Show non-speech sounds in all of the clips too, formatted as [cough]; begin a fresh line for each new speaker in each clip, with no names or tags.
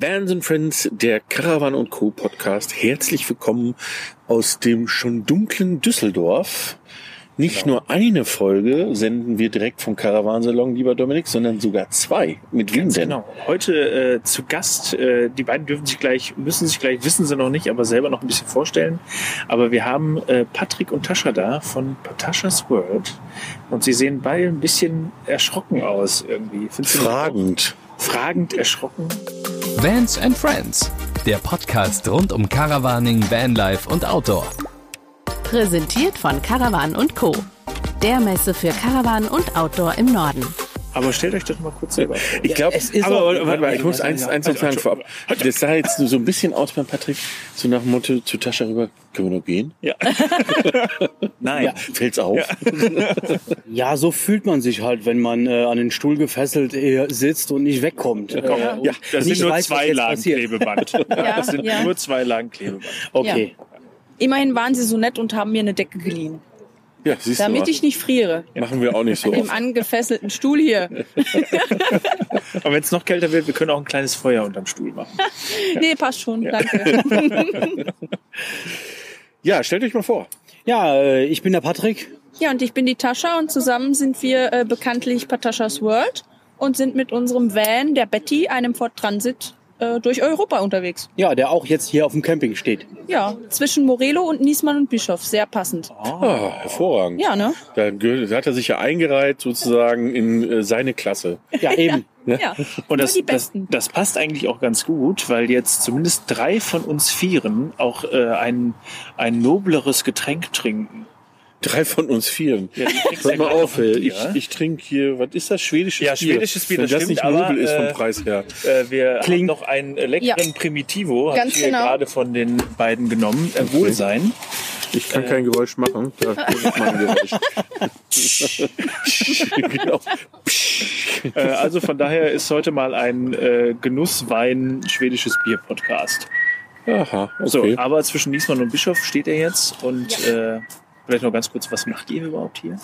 Bands and Friends, der Caravan und Co. Podcast. Herzlich willkommen aus dem schon dunklen Düsseldorf. Nicht nur eine Folge senden wir direkt vom Caravansalon, lieber Dominik, sondern sogar zwei. Mit wem
Ganz
denn?
Genau. Heute äh, zu Gast. Äh, die beiden dürfen sich gleich, müssen sich gleich, wissen sie noch nicht, aber selber noch ein bisschen vorstellen. Aber wir haben äh, Patrick und Tascha da von Taschas World und sie sehen beide ein bisschen erschrocken aus irgendwie. Findest du nicht
Fragend.
auch? Fragend erschrocken.
Vans and Friends, der Podcast rund um Caravaning, Vanlife und Outdoor.
Präsentiert von Caravan und Co. Der Messe für Caravan und Outdoor im Norden.
Aber stellt euch das mal kurz selber vor.
Ich glaube,
es ist
aber
auch-
warte, warte mal, ich muss
Ja,
eins,
ja. Also,
eins noch
Halt,
sagen vorab. Das sah jetzt so ein bisschen aus beim Patrick, so nach dem Motto zu Tascha rüber. Können wir noch gehen? [laughs]
Ja.
Nein. Ja, fällt's auf?
Ja, so fühlt man sich halt, wenn man äh, an den Stuhl gefesselt äh, sitzt und nicht wegkommt. Äh, und
Ja, das sind
nicht
nur
weiß, was
zwei
jetzt
Lagen
passiert.
Klebeband. Ja, das sind
ja.
nur zwei Lagen Klebeband.
Okay.
Immerhin waren sie so nett und haben mir eine Decke geliehen,
Ja, siehst du
damit
mal.
ich nicht friere.
Machen wir auch nicht so
An dem
oft.
angefesselten Stuhl
[laughs]
hier.
Aber wenn es noch kälter wird, wir können auch ein kleines Feuer unterm Stuhl machen.
Nee, passt
[laughs]
schon, danke.
Ja, stellt euch mal vor.
Ja, äh, ich bin der Patrick.
Ja, und ich bin die Tascha und zusammen sind wir äh, bekanntlich Pataschas World und sind mit unserem Van, der Betty, einem Ford Transit, äh, durch Europa unterwegs.
Ja, der auch jetzt hier auf dem Camping steht.
Ja, zwischen Morelo und Niesmann und Bischof, sehr passend.
Ah, hervorragend.
Ja, ne?
Da, gehört- da hat er sich ja eingereiht sozusagen in äh, seine Klasse. [laughs]
Ja, eben.
Ja,
[laughs] Und das,
nur die
das,
Besten.
das passt eigentlich auch ganz gut, weil jetzt zumindest drei von uns Vieren auch äh, ein, ein nobleres
[laughs]
Getränk trinken.
Drei von uns vieren.
Ja, du
Hört
trinkst ja
mal
gleich
auf,
noch ein
ey.
Bier.
ich, ich trinke hier, was ist das? Schwedisches
Ja,
Bier.
schwedisches Bier,
Wenn
das
das
stimmt,
nicht nobel
aber,
ist vom
äh,
Preis her.
Äh, wir haben
Kling.
noch einen äh, leckeren
Ja.
Primitivo, habe
Ganz
ich hier
genau.
gerade von den beiden genommen. Äh, Wohlsein.
Ich kann
äh,
kein Geräusch machen.
[laughs]
Da kommt mein Geräusch. [laughs] genau.
Äh, also
[laughs]
von daher ist heute mal ein äh, Genusswein-schwedisches Bier-Podcast.
Aha,
So,
okay.
aber zwischen Niesmann und Bischof steht er jetzt und äh, vielleicht noch ganz kurz, was macht ihr überhaupt hier?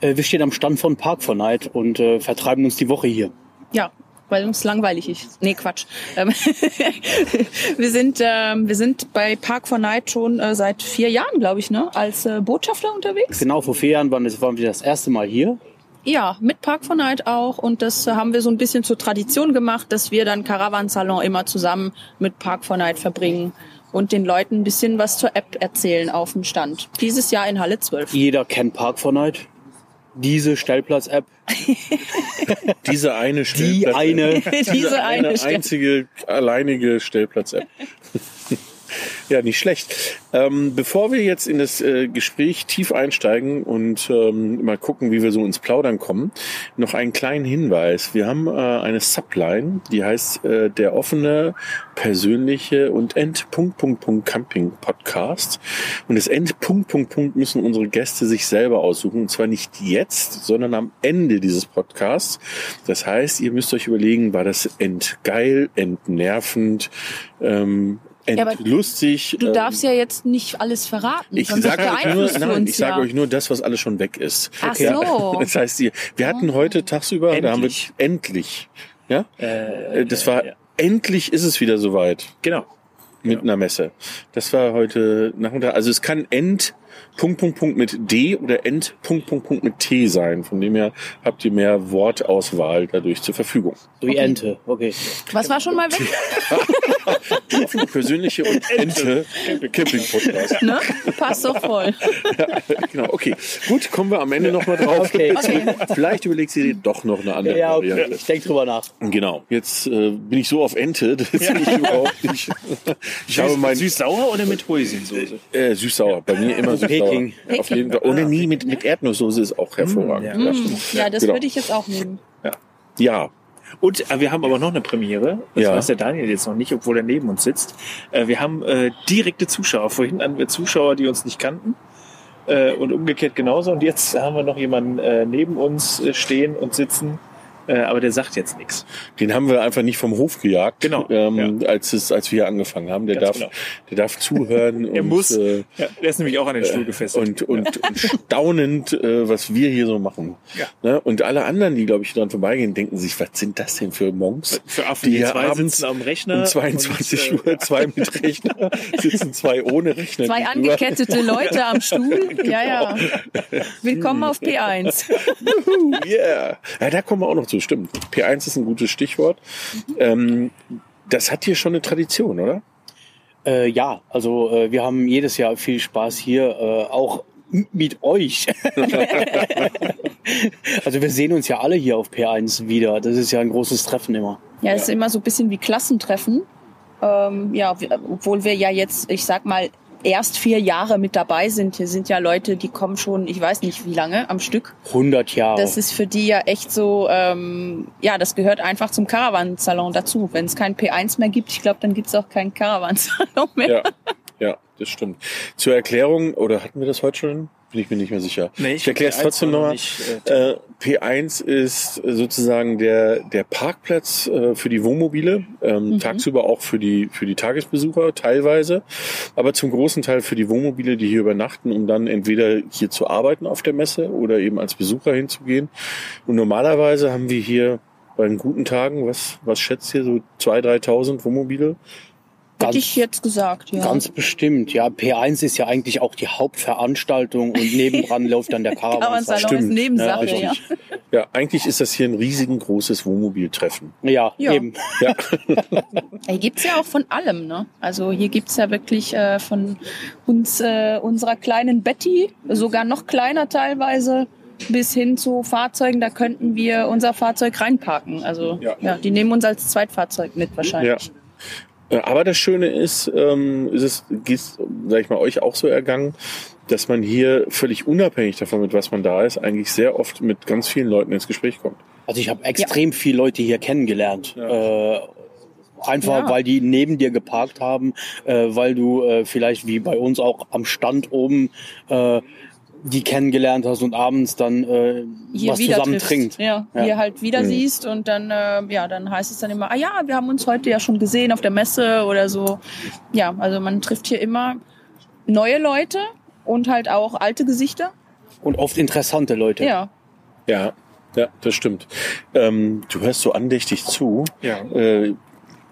Äh, wir stehen am Stand von Park for Night und äh, vertreiben uns die Woche hier.
Ja, weil uns langweilig ist. Nee, Quatsch. Ähm, [laughs] wir, sind, ähm, wir sind bei Park for Night schon äh, seit vier Jahren, glaube ich, ne? als äh, Botschafter unterwegs.
Genau vor vier Jahren waren, das, waren wir das erste Mal hier.
Ja, mit Park for Night auch. Und das äh, haben wir so ein bisschen zur Tradition gemacht, dass wir dann Caravansalon immer zusammen mit Park for Night verbringen und den Leuten ein bisschen was zur App erzählen auf dem Stand. Dieses Jahr in
[laughs]
Halle 12.
Jeder kennt Park for Night. Diese Stellplatz-App,
Diese eine
die
Stellplatz.
[laughs]
eine.
Diese eine Stelle.
einzige, ähm, alleinige Stellplatz-App. ja, nicht schlecht. Ähm, bevor wir jetzt in das äh, Gespräch tief einsteigen und ähm, mal gucken, wie wir so ins Plaudern kommen, noch einen kleinen Hinweis. Wir haben äh, eine Subline, die heißt äh, der offene, persönliche und End Punkt Punkt Punkt Camping Podcast. Und das End Punkt Punkt Punkt müssen unsere Gäste sich selber aussuchen. Und zwar nicht jetzt, sondern am Ende dieses Podcasts. Das heißt, ihr müsst euch überlegen, war das entgeil, entnervend, ähm,
aber
entlustig.
Du
ähm,
darfst ja jetzt nicht alles verraten.
ich
sonst
sage euch, nur-
beeinflusst du
nein,
uns
ich sag
ja.
euch nur das, was alles schon weg ist.
Ach
Okay.
so.
[laughs]
Oh.
Das heißt, ihr- wir hatten heute tagsüber, da haben wir
Endlich.
endlich, ja,
Äh,
äh, das war,
ja.
endlich ist es wieder soweit
Genau.
mit einer Messe. Das war heute Nachmittag. Also es kann End Punkt Punkt Punkt mit D oder End Punkt Punkt Punkt mit T sein. Von dem her habt ihr mehr Wortauswahl dadurch zur Verfügung.
So wie Ente, okay.
Was war schon mal weg?
Offen, persönliche und Ente Camping Podcast.
[laughs] Ne? Passt doch voll.
Genau, okay. Gut, kommen wir am Ende nochmal drauf.
Okay.
Vielleicht überlegt sie dir doch noch eine andere
Ja, okay.
Variante.
Ich denke drüber nach.
Genau. Jetzt äh, bin ich so auf Ente, [laughs] dass ich überhaupt nicht. Ich habe mein
Süß-sauer oder mit Häuschensoße?
äh, süß-sauer. Bei mir immer süß-sauer.
Peking.
Auf jeden Fall. Ohne nie mit, mit Erdnusssoße ist auch hervorragend. ja, stimmt.
Ja, das
Genau.
würde ich jetzt auch nehmen.
Ja,
Und äh, wir haben aber noch eine Premiere. Das
Ja.
weiß der Daniel jetzt noch nicht, obwohl er neben uns sitzt. Äh, wir haben äh, direkte Zuschauer. Vorhin hatten wir Zuschauer, die uns nicht kannten. Äh, und umgekehrt genauso. Und jetzt haben wir noch jemanden äh, neben uns äh, stehen und sitzen, Äh, aber der sagt jetzt nichts.
Den haben wir einfach nicht vom Hof gejagt,
Genau,
ähm, als, es, als wir hier angefangen haben. Der,
Ganz
darf,
genau.
der darf zuhören
Er
und,
muss.
äh,
Ja, der ist nämlich auch an den Stuhl gefesselt.
und, und, und staunend, äh, was wir hier so machen.
Ja.
Ne? Und alle anderen, die, glaube ich, dran vorbeigehen, denken sich, was sind das denn für Monks?
Für Affen,
Die
die
hier
zwei
abends
sitzen am Rechner.
Um 22
und, äh,
Uhr, zwei mit
[laughs]
Rechner, sitzen zwei ohne Rechner.
Zwei
gegenüber.
angekettete Leute am Stuhl. Ja, ja.
Genau.
Willkommen auf P1.
[laughs] Yeah. Ja, da kommen wir auch noch zu, stimmt. P1 ist ein gutes Stichwort. Ähm, das hat hier schon eine Tradition, oder?
Äh, ja, also äh, wir haben jedes Jahr viel Spaß hier, äh, auch m- mit euch. [laughs] also wir sehen uns ja alle hier auf P1 wieder. Das ist ja ein großes Treffen immer.
Ja, es ist immer so ein bisschen wie Klassentreffen. Ähm, ja, wir- obwohl wir ja jetzt, ich sag mal, erst vier Jahre mit dabei sind. Hier sind ja Leute, die kommen schon, ich weiß nicht wie lange, am Stück.
100 Jahre.
Das ist für die ja echt so, ähm, ja, das gehört einfach zum Caravan-Salon dazu. Wenn es kein P1 mehr gibt, ich glaube, dann gibt es auch keinen Caravan-Salon mehr.
Ja, ja, das stimmt. Zur Erklärung, oder hatten wir das heute schon? Bin ich mir nicht mehr sicher.
Nee,
ich erkläre es
P1
trotzdem
noch
nochmal.
nicht, äh,
Äh, P1 ist äh, sozusagen der, der Parkplatz äh, für die Wohnmobile, ähm, tagsüber auch für die, für die Tagesbesucher teilweise, aber zum großen Teil für die Wohnmobile, die hier übernachten, um dann entweder hier zu arbeiten auf der Messe oder eben als Besucher hinzugehen. Und normalerweise haben wir hier bei den guten Tagen, was, was schätzt ihr, so 2.000, 3.000 Wohnmobile?
Ganz-
Hätte ich jetzt gesagt, ja.
Ganz bestimmt, ja. P1 ist ja eigentlich auch die Hauptveranstaltung und nebendran [laughs] läuft dann der ne,
Caravan-Salon
Caravan.
Stimmt,
ist Nebensache,
ja,
ja.
richtig. Ja, eigentlich ist das hier ein riesengroßes Wohnmobiltreffen.
Ja,
Ja.
eben.
Hier gibt's ja auch von allem, ne? Also hier gibt's ja wirklich äh, von uns, äh, unserer kleinen Betty, sogar noch kleiner teilweise, bis hin zu Fahrzeugen, da könnten wir unser Fahrzeug reinparken. Also
Ja.
ja, die nehmen uns als Zweitfahrzeug mit wahrscheinlich.
Ja. Äh, Aber das Schöne ist, ähm, ist es ist, sag ich mal, euch auch so ergangen, dass man hier völlig unabhängig davon, mit was man da ist, eigentlich sehr oft mit ganz vielen Leuten ins Gespräch kommt.
Also ich habe extrem viele Leute hier kennengelernt. Äh, einfach
Ja.
weil die neben dir geparkt haben, äh, weil du äh, vielleicht wie bei uns auch am Stand oben äh, die kennengelernt hast und abends dann äh,
Hier
was
wieder
zusammen
triffst.
trinkt.
Ja,
Ja. Mhm.
hier halt wieder siehst und dann, äh, ja, dann heißt es dann immer, ah ja, wir haben uns heute ja schon gesehen auf der Messe oder so. Ja, also man trifft hier immer neue Leute und halt auch alte Gesichter.
Und oft interessante Leute. [laughs]
Ja.
Ja, ja, das stimmt. Ähm, du hörst so andächtig zu.
Ja.
Äh,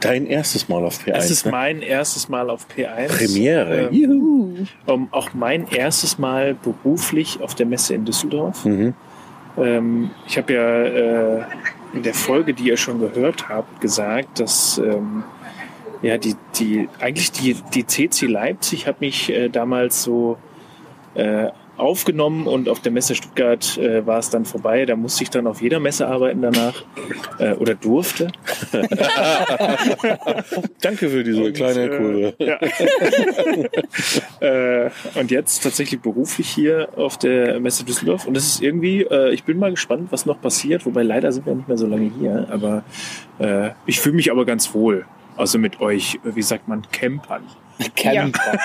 dein erstes Mal auf P1.
Das ist
ne?
mein erstes Mal auf P1.
Premiere.
Ähm,
Juhu.
ähm, auch mein erstes Mal beruflich auf der Messe in Düsseldorf.
Mhm.
Ähm, ich habe ja äh, in der Folge, die ihr schon gehört habt, gesagt, dass ähm, ja die, die eigentlich die, die CC Leipzig hat mich äh, damals so äh, aufgenommen und auf der Messe Stuttgart äh, war es dann vorbei. Da musste ich dann auf jeder Messe arbeiten danach äh, oder durfte.
Danke für diese kleine Kurve.
Äh, und jetzt tatsächlich beruflich hier auf der Messe Düsseldorf. Und das ist irgendwie, äh, ich bin mal gespannt, was noch passiert. Wobei leider sind wir nicht mehr so lange hier. Aber äh, ich fühle mich aber ganz wohl. Also mit euch, äh, wie sagt man, Campern.
Camper.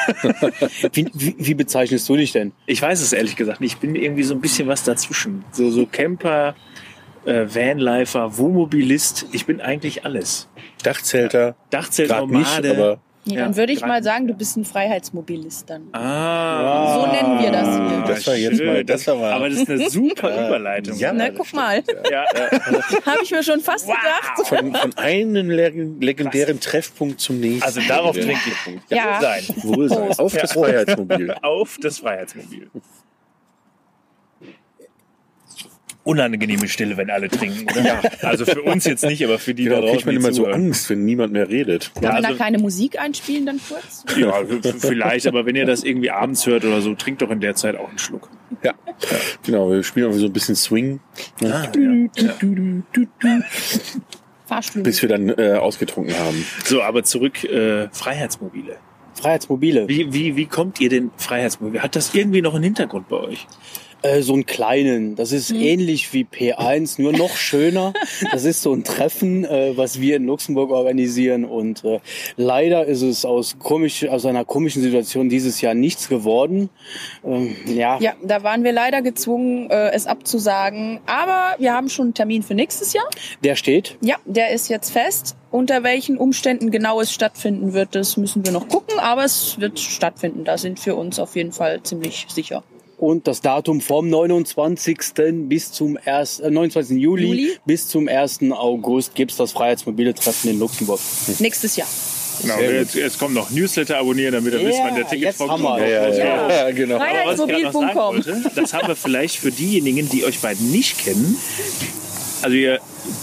wie, wie, wie bezeichnest du dich denn?
Ich weiß es ehrlich gesagt nicht. Ich bin irgendwie so ein bisschen was dazwischen. So, so Camper, äh, Vanlifer, Wohnmobilist. Ich bin eigentlich alles.
Dachzelter.
Dachzelt,
Grad nicht,
Nomade.
aber
Nee,
Ja,
dann würde ich
drei-
mal sagen, du bist ein Freiheitsmobilist dann.
Ah.
So nennen wir das hier.
Ah, Das war jetzt mal- das war mal-
Aber das ist eine super Überleitung.
Ja.
Na, ne? guck mal. [laughs]
Ja, äh,
Habe ich mir schon fast gedacht.
von, von einem leg- legendären Treffpunkt zum nächsten.
also darauf trinke ich.
Ja.
Sein.
Wohl
[laughs]
sein. Auf das Freiheitsmobil.
auf das Freiheitsmobil. Unangenehme Stille, wenn alle trinken. Oder? Ja, also für uns jetzt nicht, aber für die
Genau,
da
kriegt
draußen.
man
die
immer so
zuhören.
Angst, wenn niemand mehr redet.
Kann man da
also-
keine Musik einspielen dann kurz?
Ja, v- vielleicht, aber wenn ihr das irgendwie abends hört oder so, trinkt doch in der Zeit auch einen Schluck.
Ja, genau. Wir spielen auch so ein bisschen Swing,
Ah,
Fahrstuhl.
bis wir dann äh, ausgetrunken haben.
So, aber zurück, äh, Freiheitsmobile.
Freiheitsmobile.
Wie, wie, wie kommt ihr denn Freiheitsmobile? Hat das irgendwie noch einen Hintergrund bei euch?
Äh, so einen kleinen. Das ist
Mhm.
ähnlich wie P1, nur noch
[laughs]
schöner. Das ist so ein Treffen, äh, was wir in Luxemburg organisieren. Und äh, leider ist es aus, komisch, aus einer komischen Situation dieses Jahr nichts geworden. Ähm, ja,
Ja, da waren wir leider gezwungen, äh, es abzusagen. Aber wir haben schon einen Termin für nächstes Jahr.
der steht.
Ja, der ist jetzt fest. Unter welchen Umständen genau es stattfinden wird, das müssen wir noch gucken. Aber es wird stattfinden. Da sind wir uns auf jeden Fall ziemlich sicher.
Und das Datum vom 29. bis zum 1., äh, 29. Juli,
Juli?
bis zum 1. August gibt's das Freiheitsmobile Treffen in Luxemburg.
Nächstes Jahr.
Genau, jetzt, jetzt kommt noch Newsletter abonnieren, damit ihr
Ja,
wisst, wann der Ticket
jetzt haben wir.
Ja, ja, ja, genau.
Äh,
Aber was ich gerade noch sagen
Freiheitsmobil.com.
wollte, Das haben wir vielleicht für diejenigen, die euch beiden nicht kennen. Also ihr,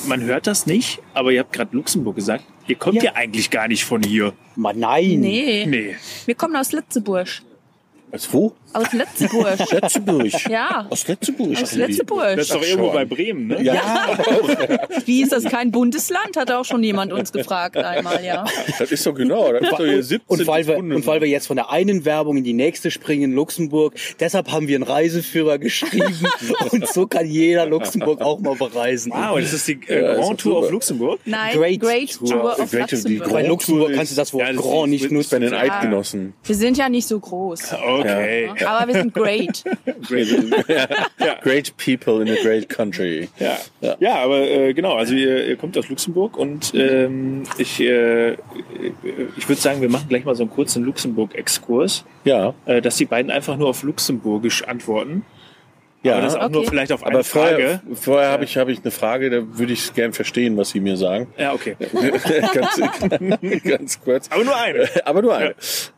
man hört das nicht, aber ihr habt gerade Luxemburg gesagt. Ihr kommt ja. eigentlich gar nicht von hier.
Ma, nein.
Nee.
Nee.
wir kommen aus Letzeburg.
Als wo?
Aus
[laughs]
Letzeburg.
Letzteburg.
[laughs] Ja.
Aus Letzteburg.
aus Letzeburg.
Das ist doch irgendwo bei Bremen, ne?
Ja.
[laughs] Wie ist das kein Bundesland? Hat auch schon jemand uns gefragt einmal, ja.
Das ist doch genau. Das ist doch hier 17
Und weil, wir,
Sekunden.
und weil wir jetzt von der einen Werbung in die nächste springen in Luxemburg, deshalb haben wir einen
[laughs]
Reiseführer geschrieben und so kann jeder Luxemburg auch mal bereisen.
Wow, das ist die äh,
Ja, ist
Grand
doch
Tour auf
super.
Luxemburg.
Nein,
Great
Great,
Tour.
Tour
Ja,
of
Great Tour, die
Luxemburg.
Bei
Grand
Luxemburg
Tour
kannst du das Wort
Ja, das
Grand
ist-
nicht
ist-
bei
nutzen.
den Eidgenossen.
Wir sind ja nicht so groß,
Okay.
aber wir sind great.
[laughs]
Great people in a great country.
Ja, ja. aber äh, genau, also ihr, ihr kommt aus Luxemburg und ähm, ich, äh, ich würde sagen, wir machen gleich mal so einen kurzen Luxemburg-Exkurs,
Ja,
äh, dass die beiden einfach nur auf Luxemburgisch antworten.
ja.
aber das auch nur
Okay.
vielleicht auf eine
Aber vorher,
Frage.
vorher habe ich, hab ich eine Frage, da würde ich gern verstehen, was Sie mir sagen. [laughs]
Ja, okay.
ganz, ganz kurz.
Aber
[laughs]
nur eine.
Aber nur eine.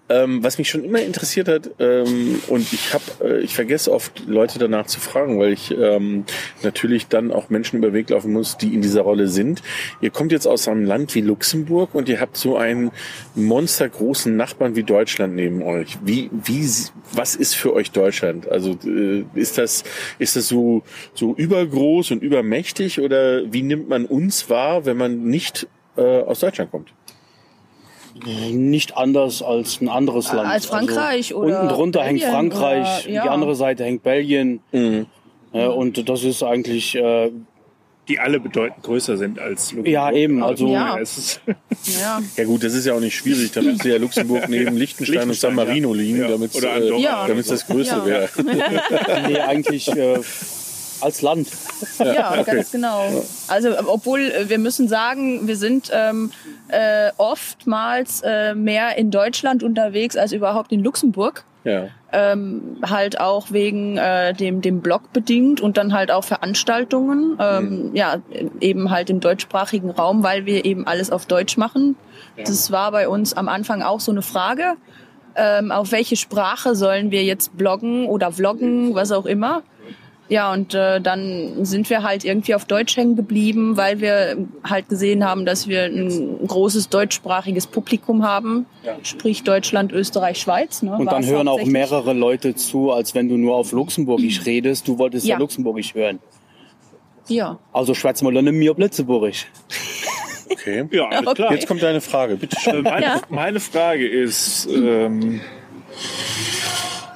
Ähm, was mich schon immer interessiert hat, ähm, und ich habe, äh, ich vergesse oft, Leute danach zu fragen, weil ich ähm, natürlich dann auch Menschen über den Weg laufen muss, die in dieser Rolle sind. Ihr kommt jetzt aus einem Land wie Luxemburg und ihr habt so einen monstergroßen Nachbarn wie Deutschland neben euch. Wie, wie, s- was ist für euch Deutschland? Also äh, ist das, ist das so, so übergroß und übermächtig oder wie nimmt man uns wahr, wenn man nicht äh, aus Deutschland kommt?
Nicht anders als ein anderes Land. Also
Als Frankreich oder
Unten drunter hängt
Belgien
Frankreich,
oder- ja.
die andere Seite hängt Belgien.
Mhm.
Ja, und das ist eigentlich, äh,
Die alle bedeutend größer sind als Luxemburg.
ja eben, also [laughs]
Ja.
es ist, [laughs]
Ja,
Ja gut, das ist ja auch nicht schwierig, damit sie ja
[laughs]
Luxemburg neben Liechtenstein und San
Liechtenstein,
Marino
ja.
liegen,
Ja,
damit es
oder Andorra
äh,
Ja.
damit's das Größte
Ja.
wäre.
nee, eigentlich äh, als Land.
ja, ganz genau. Also, obwohl äh, wir müssen sagen, wir sind ähm, äh, oftmals äh, mehr in Deutschland unterwegs als überhaupt in Luxemburg.
Ja.
ähm, halt auch wegen äh, dem, dem Blog bedingt und dann halt auch Veranstaltungen, ähm,
Mhm.
ja, eben halt im deutschsprachigen Raum, weil wir eben alles auf Deutsch machen. Das war bei uns am Anfang auch so eine Frage. Ähm, auf welche Sprache sollen wir jetzt bloggen oder vloggen, was auch immer. Ja, und äh, dann sind wir halt irgendwie auf Deutsch hängen geblieben, weil wir ähm, halt gesehen haben, dass wir ein großes deutschsprachiges Publikum haben, sprich Deutschland, Österreich, Schweiz. Ne,
Und
war
dann
es
hören auch
hauptsächlich.
mehrere Leute zu, als wenn du nur auf
[clears throat]
Luxemburgisch redest. Du wolltest ja,
Ja.
Luxemburgisch hören.
Ja.
Also schwätz mal dann mir auf Lützeburgisch.
Okay.
ja, alles
Okay.
klar.
Jetzt kommt deine Frage, bitte
Äh,
schön.
Meine, meine Frage ist, ähm,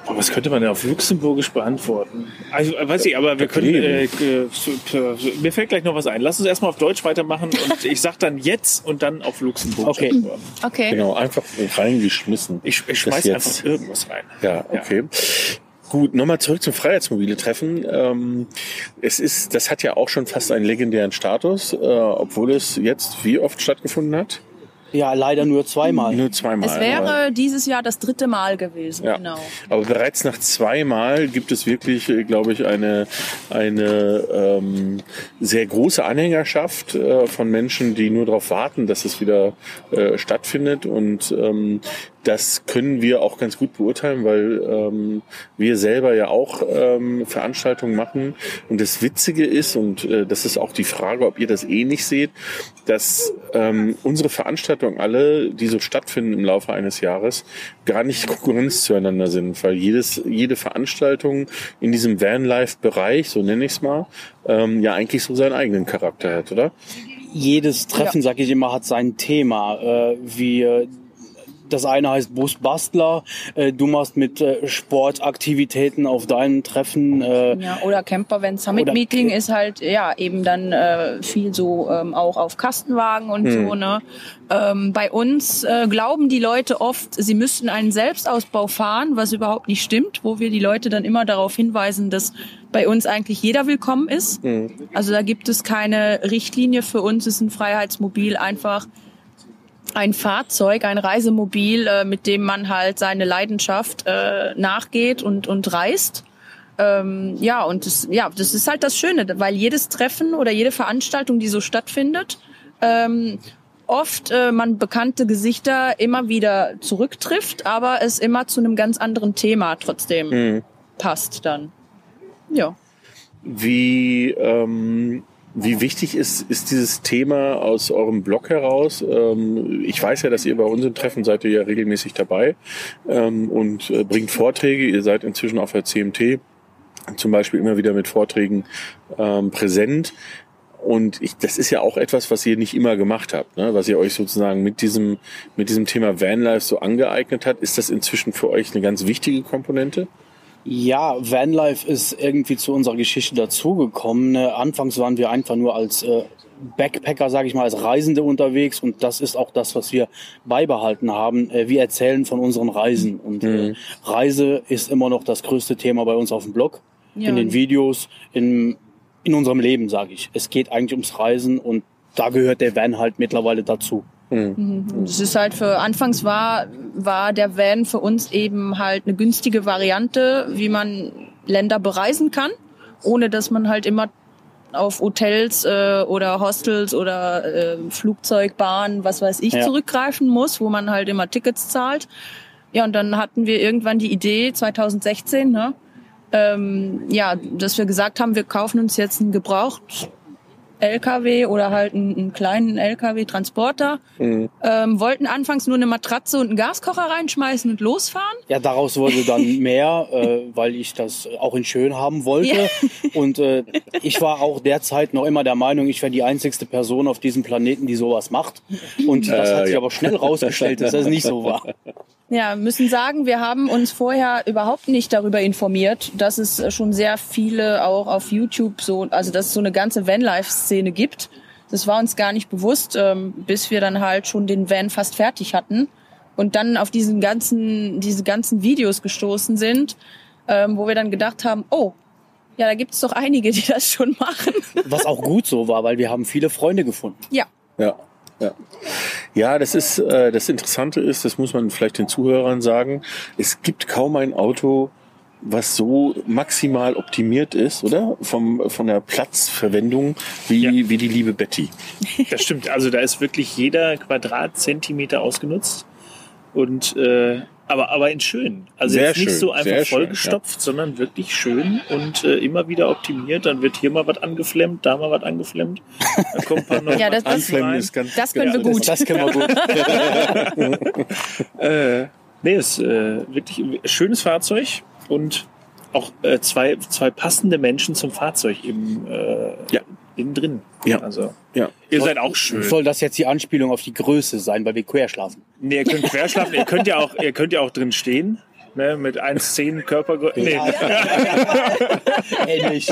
boah, was könnte man denn auf Luxemburgisch beantworten? Also, äh, weiß ich, aber wir können. Äh, äh, so- so- so- mir fällt gleich noch was ein. Lass uns erstmal auf Deutsch weitermachen
[laughs]
und ich sag dann jetzt und dann auf Luxemburgisch.
Okay.
antworten.
Okay.
Genau, einfach reingeschmissen.
Ich, ich
Das
schmeiß
jetzt.
einfach irgendwas rein.
Ja, okay. Gut, nochmal zurück zum Freiheitsmobile-Treffen. Ähm, es ist, das hat ja auch schon fast einen legendären Status, äh, obwohl es jetzt wie oft stattgefunden hat?
Ja, leider nur zweimal.
Nur zweimal. ne?
Es wäre dieses Jahr das dritte Mal gewesen.
Ja.
Genau.
Aber bereits nach zweimal gibt es wirklich, äh, glaube ich, eine, eine ähm, sehr große Anhängerschaft äh, von Menschen, die nur darauf warten, dass es wieder äh, stattfindet. Und ähm, das können wir auch ganz gut beurteilen, weil ähm, wir selber ja auch ähm, Veranstaltungen machen. Und das Witzige ist, und äh, das ist auch die Frage, ob ihr das ähnlich seht, dass ähm, unsere Veranstaltungen alle, die so stattfinden im Laufe eines Jahres, gar nicht Konkurrenz zueinander sind, weil jedes, jede Veranstaltung in diesem Vanlife-Bereich, so nenne ich es mal, ähm, ja eigentlich so seinen eigenen Charakter hat, oder?
Jedes Treffen, sag ich immer, hat sein Thema. Äh, wie äh, das eine heißt Busbastler. Äh, du machst mit äh, Sportaktivitäten auf deinen Treffen. Äh,
Ja, oder Camper, wenn Summit
Oder-
Meeting ist halt ja eben dann äh, viel so ähm, auch auf Kastenwagen und so ne. Ähm, bei uns äh, glauben die Leute oft, sie müssten einen Selbstausbau fahren, was überhaupt nicht stimmt, wo wir die Leute dann immer darauf hinweisen, dass bei uns eigentlich jeder willkommen ist. Also da gibt es keine Richtlinie. Für uns ist ein Freiheitsmobil einfach ein Fahrzeug, ein Reisemobil, äh, mit dem man halt seine Leidenschaft äh, nachgeht und, und reist. Ähm, ja, und das, ja, das ist halt das Schöne, weil jedes Treffen oder jede Veranstaltung, die so stattfindet, ähm, oft äh, man bekannte Gesichter immer wieder zurücktrifft, aber es immer zu einem ganz anderen Thema trotzdem passt dann. Ja.
Wie, ähm, wie wichtig ist, ist dieses Thema aus eurem Blog heraus? Ähm, ich weiß ja, dass ihr bei unseren Treffen seid ihr ja regelmäßig dabei ähm, und äh, bringt Vorträge. Ihr seid inzwischen auf der CMT zum Beispiel immer wieder mit Vorträgen ähm, präsent. Und ich, das ist ja auch etwas, was ihr nicht immer gemacht habt, ne? was ihr euch sozusagen mit diesem, mit diesem Thema Vanlife so angeeignet hat. Ist das inzwischen für euch eine ganz wichtige Komponente?
Ja, Vanlife ist irgendwie zu unserer Geschichte dazugekommen. Ne? Anfangs waren wir einfach nur als äh, Backpacker, sage ich mal, als Reisende unterwegs und das ist auch das, was wir beibehalten haben. Äh, wir erzählen von unseren Reisen und äh, Reise ist immer noch das größte Thema bei uns auf dem Blog,
Ja.
in den Videos, in, in unserem Leben, sage ich. Es geht eigentlich ums Reisen und da gehört der Van halt mittlerweile dazu.
Es ist halt für anfangs war war der Van für uns eben halt eine günstige Variante, wie man Länder bereisen kann, ohne dass man halt immer auf Hotels äh, oder Hostels oder äh, Flugzeug, Bahn, was weiß ich,
Ja.
zurückgreifen muss, wo man halt immer Tickets zahlt. Ja, und dann hatten wir irgendwann die Idee 2016, ne? Ähm, ja, dass wir gesagt haben, wir kaufen uns jetzt einen gebraucht LKW oder halt einen, einen kleinen LKW-Transporter. Ähm, wollten anfangs nur eine Matratze und einen Gaskocher reinschmeißen und losfahren.
Ja, daraus wurde dann mehr, äh, weil ich das auch in schön haben wollte. [laughs] Und äh, ich war auch derzeit noch immer der Meinung, ich wäre die einzigste Person auf diesem Planeten, die sowas macht. Und das
Äh,
hat sich
ja.
aber schnell rausgestellt, dass das nicht so war.
Ja, müssen sagen, wir haben uns vorher überhaupt nicht darüber informiert, dass es schon sehr viele auch auf YouTube so, also dass es so eine ganze Vanlife-Szene gibt. Das war uns gar nicht bewusst, ähm, bis wir dann halt schon den Van fast fertig hatten und dann auf diesen ganzen, diese ganzen Videos gestoßen sind, ähm, wo wir dann gedacht haben, oh, ja, da gibt's doch einige, die das schon machen.
Was auch gut so war, weil wir haben viele Freunde gefunden.
Ja.
Ja. Ja. ja, das ist äh, das Interessante ist, das muss man vielleicht den Zuhörern sagen, es gibt kaum ein Auto, was so maximal optimiert ist, oder? Vom, von der Platzverwendung wie,
Ja.
wie die liebe Betty.
Das stimmt. Also da ist wirklich jeder Quadratzentimeter ausgenutzt. Und äh, aber, aber in schön. Also
Sehr
jetzt nicht
schön,
so einfach
sehr schön,
vollgestopft, sondern wirklich schön und äh, immer wieder optimiert. Dann wird hier mal was angeflemmt, da mal was angeflemmt. Dann kommt man
[laughs]
noch
Ja,
was
das- das-
Anflemmen rein.
ganz
Das können wir
ganz-
gut.
Das können wir gut.
Äh, nee, ist äh, wirklich ein schönes Fahrzeug und auch äh, zwei, zwei passende Menschen zum Fahrzeug im, äh,
Ja.
innen drin.
Ja.
Also,
Ja.
ihr seid auch schön.
Soll das jetzt die Anspielung auf die Größe sein, weil wir quer schlafen?
Nee, ihr könnt querschlafen, ihr könnt ja auch, ihr könnt ja auch drin stehen. Ne, mit 1,10 Körpergröße. Nee,
[laughs] Ähnlich.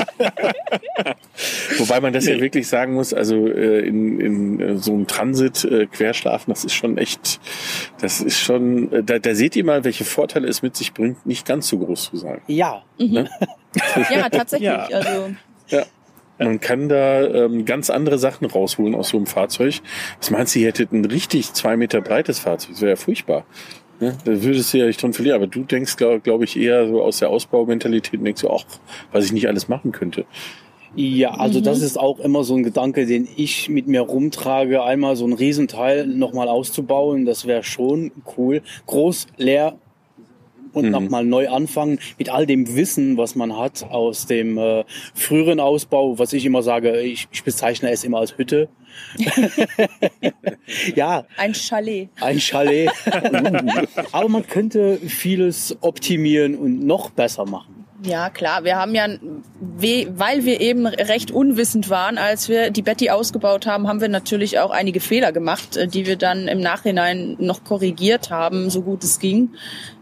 Wobei man das ja wirklich sagen muss, also äh, in, in äh, so einem Transit äh, Querschlafen, das ist schon echt, das ist schon, äh, da, da seht ihr mal, welche Vorteile es mit sich bringt, nicht ganz so groß zu sein.
Ja,
Ja, tatsächlich.
Ja.
Also,
Man kann da ähm, ganz andere Sachen rausholen aus so einem Fahrzeug. Was meinst du, ihr hättet ein richtig zwei Meter breites Fahrzeug? Das wäre ja furchtbar. Ne? Da würdest du ja nicht dran verlieren. Aber du denkst, glaube glaub ich, eher so aus der Ausbaumentalität und denkst so, ach, was ich nicht alles machen könnte.
Ja, also das ist auch immer so ein Gedanke, den ich mit mir rumtrage, einmal so ein Riesenteil nochmal auszubauen, das wäre schon cool. Groß, leer und nochmal neu anfangen mit all dem Wissen, was man hat aus dem äh, früheren Ausbau, was ich immer sage, ich, ich bezeichne es immer als Hütte. [laughs] ja,
ein Chalet.
ein Chalet. Aber man könnte vieles optimieren und noch besser machen.
Ja, klar. Wir haben ja, we- weil wir eben recht unwissend waren, als wir die Betty ausgebaut haben, haben wir natürlich auch einige Fehler gemacht, äh, die wir dann im Nachhinein noch korrigiert haben, so gut es ging.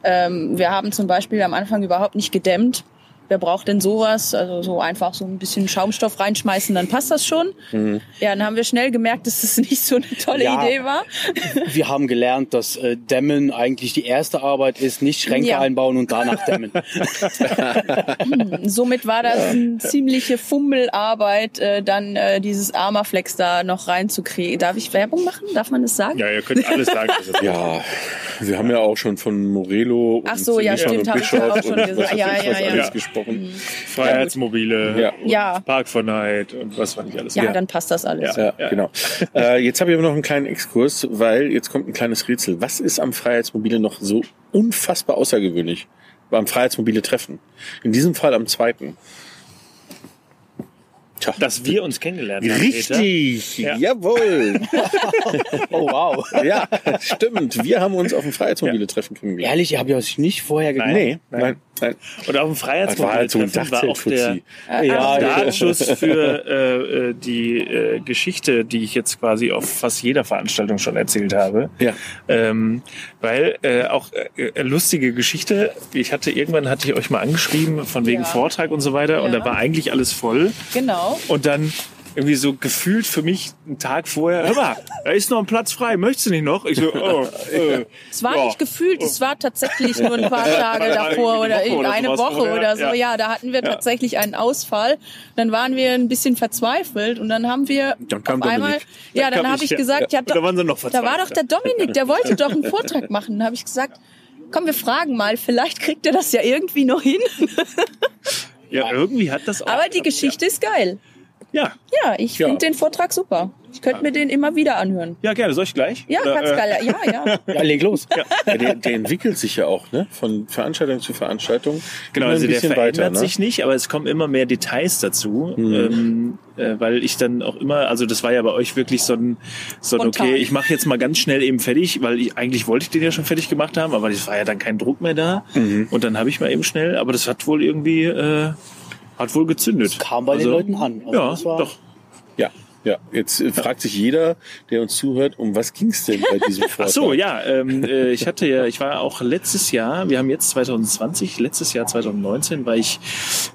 Ähm, wir haben zum Beispiel am Anfang überhaupt nicht gedämmt. Wer braucht denn sowas? Also so einfach so ein bisschen Schaumstoff reinschmeißen, dann passt das schon. Ja, dann haben wir schnell gemerkt, dass das [laughs] nicht so eine tolle
Ja.
Idee war.
Wir haben gelernt, dass äh, Dämmen eigentlich die erste Arbeit ist, nicht Schränke
Ja.
einbauen und danach
[laughs]
dämmen.
Somit war das eine ziemliche Fummelarbeit, äh, dann äh, dieses Armaflex da noch reinzukriegen. Darf ich Werbung machen? Darf man das sagen?
Ja, ihr könnt alles sagen. was ihr wollt.
Ja, wir haben ja auch schon von Morello und
Ach so, ja,
Liefern
stimmt,
und
hab ich ja auch
Bischof
schon
und was
gesagt.
weiß
Ja,
ich,
ja,
was
ja.
alles
Ja.
gesprochen.
Freiheitsmobile,
Ja.
und
Ja.
Park for Night und was weiß ich alles.
Ja, dann passt das alles.
Ja.
Ja, genau.
[laughs]
Äh, jetzt habe ich aber noch einen kleinen Exkurs, weil jetzt kommt ein kleines Rätsel. Was ist am Freiheitsmobile noch so unfassbar außergewöhnlich? Beim Freiheitsmobile Treffen. In diesem Fall am zweiten. Tja.
Dass wir uns kennengelernt haben.
[laughs]
Peter.
Richtig,
Ja.
jawohl.
[laughs]
Oh wow.
ja, stimmt. Wir haben uns auf dem Freiheitsmobile Treffen kennengelernt.
Ehrlich, ihr habt ja euch nicht vorher gekannt.
Nee, nein, nein.
Und auf dem
Das war halt so ein
Freiheitsmobil war auch der
Dachzelt-Fuzzi.
Ja, ja.
Startschuss für äh, äh, die äh, Geschichte, die ich jetzt quasi auf fast jeder Veranstaltung schon erzählt habe.
Ja.
Ähm, weil äh, auch äh, äh, lustige Geschichte. Ich hatte irgendwann hatte ich euch mal angeschrieben von wegen
Ja.
Vortrag und so weiter und
Ja.
da war eigentlich alles voll
Genau.
und dann irgendwie so gefühlt für mich einen Tag vorher, hör mal, da ist noch ein Platz frei, möchtest du nicht noch? Ich so, oh, äh,
Es war
ja.
nicht gefühlt, es war tatsächlich nur ein paar Tage davor oder
Woche oder
eine
sowas
Woche
vorher,
oder so.
ja.
Ja, da hatten wir tatsächlich einen Ausfall. Dann waren wir ein bisschen verzweifelt und dann haben wir
Dann kam
auf einmal,
Dominik.
ja,
Dann
dann
kam
habe
ich,
ich
ja.
gesagt, ja,
Und da waren sie noch
da war
verzweifelt.
doch der Dominik, der wollte doch einen Vortrag machen. Dann habe ich gesagt, komm, wir fragen mal, vielleicht kriegt er das ja irgendwie noch hin.
ja, irgendwie hat das auch.
Aber die Geschichte ist geil.
Ja,
Ja, ich
Ja.
finde den Vortrag super. Ich könnte mir den immer wieder anhören.
ja, gerne, soll ich gleich?
Ja,
Oder,
ganz
äh,
geil. Ja, ja.
Ja, leg los.
Ja, der, der entwickelt sich ja auch, ne? Von Veranstaltung zu Veranstaltung.
Genau,
Immer
also der verändert
ne?
sich nicht, aber es kommen immer mehr Details dazu,
Hm.
ähm, äh, weil ich dann auch immer, also das war ja bei euch wirklich so ein, so ein
Spontan.
okay, ich mache jetzt mal ganz schnell eben fertig, weil ich, eigentlich wollte ich den ja schon fertig gemacht haben, aber es war ja dann kein Druck mehr da
Mhm.
und dann habe ich mal eben schnell, aber das hat wohl irgendwie, äh, hat wohl gezündet.
Kam bei den
Also,
Leuten an. Also das
ja,
war-
doch.
Ja, ja. Jetzt äh, fragt sich jeder, der uns zuhört, um was ging's denn bei diesem Vortrag?
[laughs] Ach so, ja, ähm, äh, ich hatte ja, ich war auch letztes Jahr, wir haben jetzt 2020, letztes Jahr 2019 war ich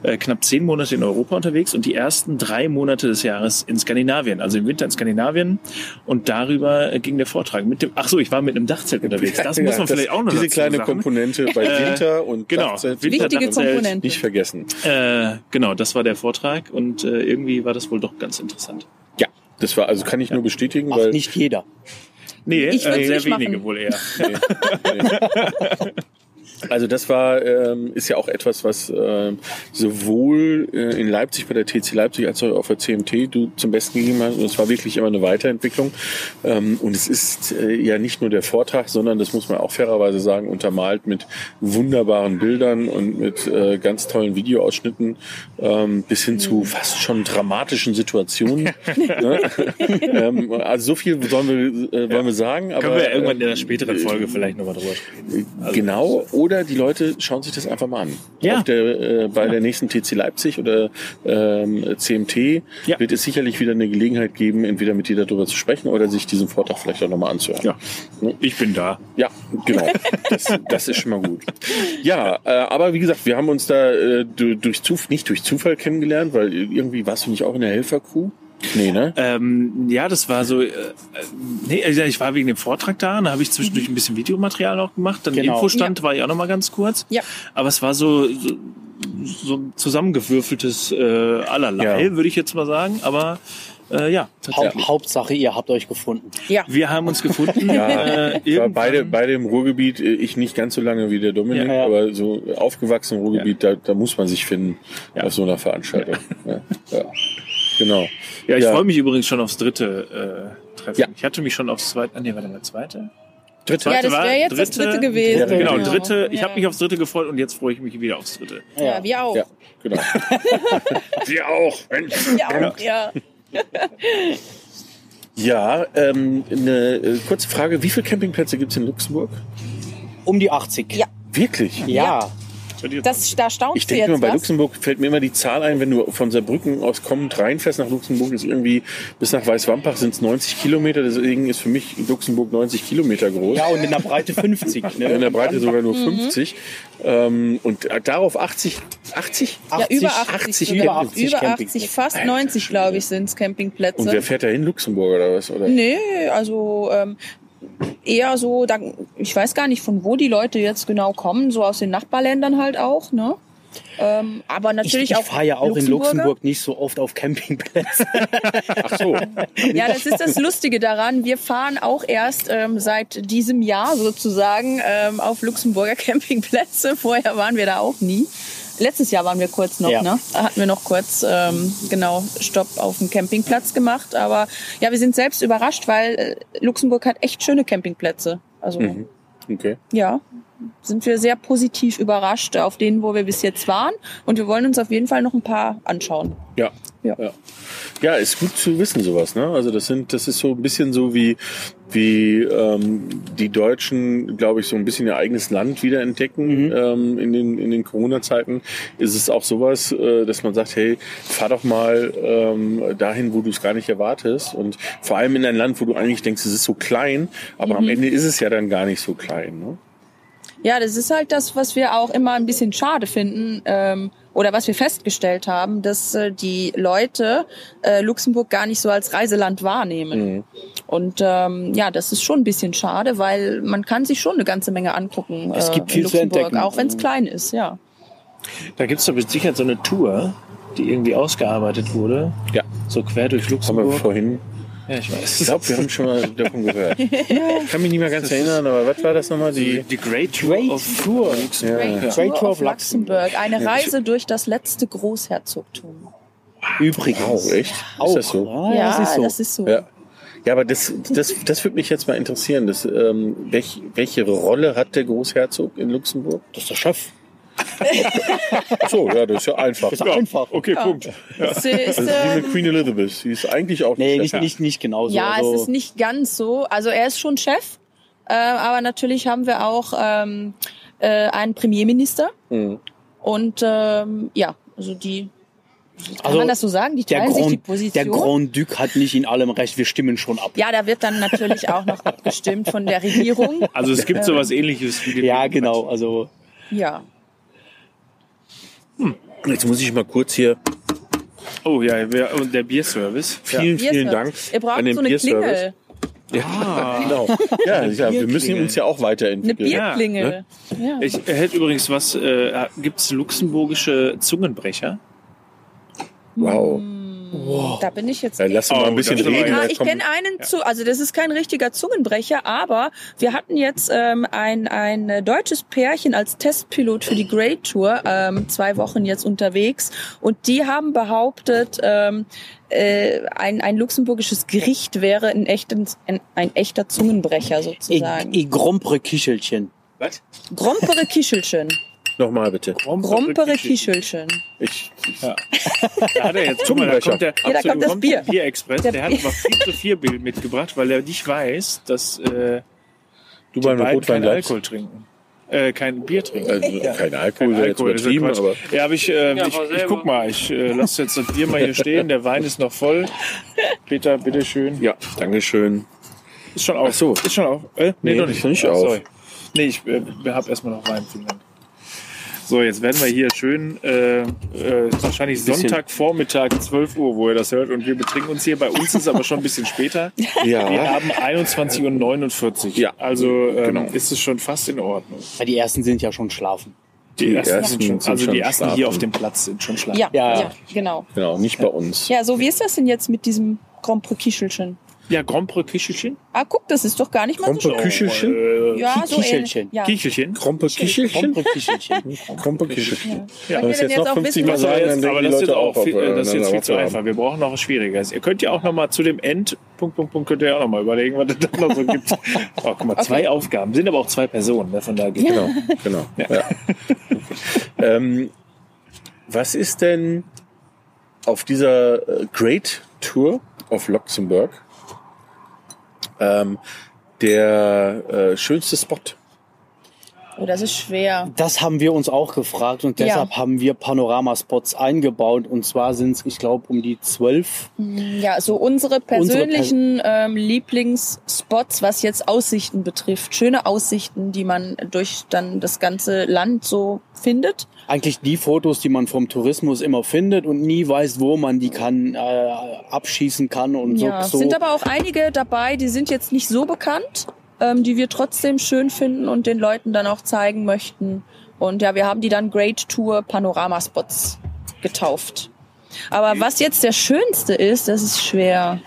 äh, knapp zehn Monate in Europa unterwegs und die ersten drei Monate des Jahres in Skandinavien, also im Winter in Skandinavien und darüber äh, ging der Vortrag mit dem, ach so, ich war mit einem Dachzelt unterwegs,
[laughs]
das muss
Ja,
man vielleicht auch noch
Diese
dazu
kleine
sagen.
Komponente
[laughs]
bei Winter und
genau,
Dachzelt
Winter-
Wichtige
Dachzelt.
Komponente.
nicht vergessen.
Äh, genau, das war der Vortrag und äh, irgendwie war das wohl doch ganz interessant.
Ja, das war, also kann ich nur bestätigen,
Ach,
weil
nicht jeder.
Nee,
Ich würd's
äh, sehr
nicht machen.
wenige wohl eher.
Also das war ähm, ist ja auch etwas, was ähm, sowohl äh, in Leipzig bei der TC Leipzig als auch auf der CMT du zum Besten gegeben hast. Und es war wirklich immer eine Weiterentwicklung. Ähm, und es ist äh, ja nicht nur der Vortrag, sondern das muss man auch fairerweise sagen, untermalt mit wunderbaren Bildern und mit äh, ganz tollen Videoausschnitten ähm, bis hin zu fast schon dramatischen Situationen. ne? [laughs] ähm, also so viel sollen wir, äh, wollen wir sagen. Aber,
Können wir ja irgendwann in
äh,
einer späteren Folge vielleicht nochmal drüber sprechen.
genau, oder die Leute schauen sich das einfach mal an.
Also Ja.
Auf der, äh, bei der nächsten TC Leipzig oder ähm, CMT
Ja.
wird es sicherlich wieder eine Gelegenheit geben, entweder mit dir darüber zu sprechen oder sich diesen Vortrag vielleicht auch nochmal anzuhören. Hm?
Ja, ich bin da.
Ja,
[laughs]
genau. Das, das ist schon mal gut. Ja, äh, aber wie gesagt, wir haben uns da äh, du- durch Zuf nicht durch Zufall kennengelernt, weil irgendwie warst du nicht auch in der Helfercrew? Nee, ne?
Ähm, ja, das war so. Äh, äh, nee, also ich war wegen dem Vortrag da, da habe ich
Mhm.
zwischendurch ein bisschen Videomaterial noch gemacht. Dann
Genau.
Infostand war ich auch noch mal ganz kurz.
Ja.
Aber es war so so, so ein zusammengewürfeltes äh, allerlei,
Ja.
würde ich jetzt mal sagen. Aber äh, ja,
Hau
tatsächlich.
Hauptsache, ihr habt euch gefunden.
Ja.
Wir haben uns
[laughs]
gefunden.
Ja,
äh,
ich war
irgendwann-
beide, beide im Ruhrgebiet, äh, ich nicht ganz so lange wie der Dominik,
Ja, ja.
aber so aufgewachsen im Ruhrgebiet, da, da muss man sich finden auf so einer Veranstaltung. Ja. Ja. Genau.
Ja, ich
Ja.
freue mich übrigens schon aufs dritte äh, Treffen.
Ja.
Ich hatte mich schon aufs zweite. Ah, nee, warte mal, zweite.
Dritte.
Ja, das
war
wäre jetzt das dritte gewesen.
Ja,
Genau,
genau.
dritte. Ich
Ja.
habe mich aufs dritte gefreut und jetzt freue ich mich wieder aufs dritte.
Ja, wir auch.
Ja, genau. Sie auch.
Ja, auch, ja.
Ja, ähm, eine äh, kurze Frage. Wie viele Campingplätze gibt's in Luxemburg?
Um die 80.
Ja.
Wirklich?
Ja.
verliert man.
Das, da staunst
Ich
du
denke
jetzt
immer, bei
was.
Luxemburg fällt mir immer die Zahl ein, wenn du von Saarbrücken aus kommend reinfährst nach Luxemburg, ist irgendwie bis nach Weißwampach sind es 90 Kilometer. Deswegen ist für mich Luxemburg 90 Kilometer groß.
Ja, und in der Breite
[laughs]
50. Ne?
In der Breite sogar
Mhm.
nur 50. Ähm, und darauf 80, 80?
Ja, über 80,
80,
sogar.
über
80
über 80
Campingplätze.
fast 90, glaube ich, sind's
Und wer
Campingplätze.
fährt da hin? Luxemburg oder was? Oder?
Nee, also ähm, eher so, da, ich weiß gar nicht, von wo die Leute jetzt genau kommen, so aus den Nachbarländern halt auch, ne? Ähm, aber
ich,
natürlich
ich
auch.
fahre ja auch in
Luxemburger.
Luxemburg nicht so oft auf Campingplätze.
Ach so.
Ja, das ist das Lustige daran. Wir fahren auch erst ähm, seit diesem Jahr sozusagen ähm, auf Luxemburger [laughs] Campingplätze. Vorher waren wir da auch nie. Letztes Jahr waren wir kurz noch,
Ja.
ne? Da hatten wir noch kurz ähm, genau Stopp auf dem Campingplatz gemacht. Aber ja, wir sind selbst überrascht, weil äh, Luxemburg hat echt schöne Campingplätze. Also
Okay.
ja, sind wir sehr positiv überrascht auf denen, wo wir bis jetzt waren. Und wir wollen uns auf jeden Fall noch ein paar anschauen.
Ja.
Ja.
ja. Ja, ist gut zu wissen sowas, ne? Also das sind, das ist so ein bisschen so wie, wie ähm, die Deutschen, glaube ich, so ein bisschen ihr eigenes Land wiederentdecken ähm, in den, in den Corona-Zeiten. Ist es auch sowas, äh, dass man sagt, hey, fahr doch mal ähm, dahin, wo du es gar nicht erwartest. Und vor allem in ein Land, wo du eigentlich denkst, es ist so klein, aber am Ende ist es ja dann gar nicht so klein. Ne?
Ja, das ist halt das, was wir auch immer ein bisschen schade finden ähm, oder was wir festgestellt haben, dass äh, die Leute äh, Luxemburg gar nicht so als Reiseland wahrnehmen.
Mhm.
Und ähm, ja, das ist schon ein bisschen schade, weil man kann sich schon eine ganze Menge angucken. äh,
Es gibt
in
viel zu
Luxemburg,
entdecken.
Auch wenn es klein ist, ja.
Da gibt's doch sicher so eine Tour, die irgendwie ausgearbeitet wurde.
Ja.
So quer durch
Haben wir
Luxemburg.
vorhin
ja, ich weiß.
Ich glaube, wir haben schon mal davon gehört. Ich kann mich nicht mehr ganz erinnern, aber was war das nochmal? Die,
die Great Tour of Tour.
ja,
Great
Great Tour of
of
Luxemburg.
Luxemburg. Eine Reise durch das letzte Großherzogtum.
Übrigens.
wow, echt?
Auch.
Ist das so?
Ah, ja, das ist so.
Das ist so.
Ja. Ja, aber das, das, das würde mich jetzt mal interessieren. Das, ähm, welch, welche Rolle hat der Großherzog in Luxemburg?
Das ist der Chef.
Ach So, ja, das ist ja einfach.
Das ist einfach.
Okay,
Ah.
Punkt.
Ist, äh,
Das ist
ist,
wie
ähm,
mit Queen Elizabeth. Sie ist eigentlich auch
Nee, nicht,
Ja.
nicht, nicht genauso.
Ja,
also,
es ist nicht ganz so. Also er ist schon Chef, äh, aber natürlich haben wir auch ähm, äh, einen Premierminister.
Mhm.
Und ähm, ja, also die, kann
also
man das so sagen, die
der,
teilen sich die
Grand, der
Position.
Grand Duc hat nicht in allem recht. Wir stimmen schon ab.
ja, da wird dann natürlich auch noch abgestimmt von
[laughs]
der Regierung.
Also es gibt sowas ähnliches wie die
Ja, genau. Also
Ja.
Jetzt muss ich mal kurz hier.
Oh ja, wer- und der Bierservice.
Vielen, vielen
Bierservice.
Dank
Ihr braucht
an den
so eine
Bierservice.
Klingel,
Ja, genau. [laughs] Ja, ja, wir müssen uns ja auch
eine
weiterentwickeln.
Bierklingel. Ja.
Ich hätte übrigens was, äh, gibt's luxemburgische Zungenbrecher?
Wow.
Da bin ich jetzt.
Ja, Äh, lass uns mal ein
Oh,
bisschen
das ist aber
reden.
eine-
Ja,
dann
ich
kommt-
kenne einen zu, also das ist kein richtiger Zungenbrecher, aber wir hatten jetzt ähm, ein, ein äh, deutsches Pärchen als Testpilot für die Great Tour, ähm, zwei Wochen jetzt unterwegs und die haben behauptet, ähm, äh, ein, ein luxemburgisches Gericht wäre ein, echten, ein, ein echter Zungenbrecher
e,
sozusagen.
e grompere Kichelchen.
Was?
Grompere Kischelchen.
Nochmal bitte.
Grompere Kischelchen.
Ich, ich,
Da hat er jetzt, guck mal, da
Zungenbrecher.
kommt der,
Ja, da
absolut-
kommt das Bier.
der Bierexpress.
Der
Der, hat
Bier.
aber viel zu viel Bild mitgebracht, weil er nicht weiß, dass äh,
du
die
beim
beiden
Rotwein
keinen
bleibst.
Alkohol trinken. Äh, kein Bier trinken.
Also, Kein Alkohol wäre jetzt
Alkohol, das ist
übertrieben,
Quatsch.
aber
Ja, aber ich, äh, ich, ich guck mal, ich äh, lasse jetzt das Bier mal hier stehen, der Wein ist noch voll. Peter, bitteschön.
ja, Dankeschön.
Ist schon auf.
Ach so.
Ist schon auf. Äh, nee,
Nee,
noch nicht.
ist noch nicht
Ah,
auf.
Sorry. Nee, ich äh, habe erstmal noch Wein. Vielen Dank. So, jetzt werden wir hier schön, äh, äh, wahrscheinlich Sonntagvormittag, 12 Uhr, wo ihr das hört. Und wir betrinken uns hier. Bei uns ist aber schon ein bisschen später.
[laughs]
Wir
Ja,
haben 21.49 Uhr.
Ja.
Also ähm,
Genau.
ist es schon fast in Ordnung.
Ja, die ersten sind ja schon schlafen.
Die
sind
ersten
schon,
sind
also
schon
die ersten hier
schlafen.
auf dem Platz sind schon schlafen.
Ja, ja.
Ja.
genau.
genau, nicht bei uns.
Ja, so wie ist das denn jetzt mit diesem Grompere Kischelchen?
Ja, Grompre Kichelchen.
Ah, guck, das ist doch gar nicht mal so
Krompe
schlimm.
Küchelchen?
Ja, so ähnlich.
Kichelchen.
Ja.
Kichelchen.
Krompe Küchelchen?
Grompere Kichelchen.
Krompe Küchelchen.
Ja.
Wenn wir es
Wenn
jetzt
wir
noch
jetzt auch
50 Mal
wissen, was
Also sagen,
wir
dann
jetzt-
denken
aber
die
das ist Also jetzt
Leute
auch
auch
viel, äh, das ist jetzt viel zu
aufeinander
einfach. Wir brauchen noch was Schwieriges. Ihr könnt ja auch noch mal zu dem End Punkt Punkt Punkt könnt ihr auch noch mal überlegen, was es da noch so
[laughs]
gibt. Oh, guck mal, zwei Aufgaben sind aber auch zwei Personen. Ne? Von daher geht
Genau, genau. Ja. Genau, ähm, was ist denn auf dieser äh, Great Tour auf Luxemburg ähm, der äh, schönste Spot?
Oh, das ist schwer.
Das haben wir uns auch gefragt und
Ja.
deshalb haben wir Panoramaspots eingebaut. Und zwar sind es, ich glaube, um die zwölf.
Ja, so unsere persönlichen ähm, Lieblingsspots, was jetzt Aussichten betrifft. Schöne Aussichten, die man durch dann das ganze Land so findet.
Eigentlich die Fotos, die man vom Tourismus immer findet und nie weiß, wo man die kann, äh, abschießen kann und
ja,
so. so.
sind aber auch einige dabei, die sind jetzt nicht so bekannt, ähm, die wir trotzdem schön finden und den Leuten dann auch zeigen möchten. Und ja, wir haben die dann Great Tour Panoramaspots getauft. Aber was jetzt der schönste ist, das ist schwer.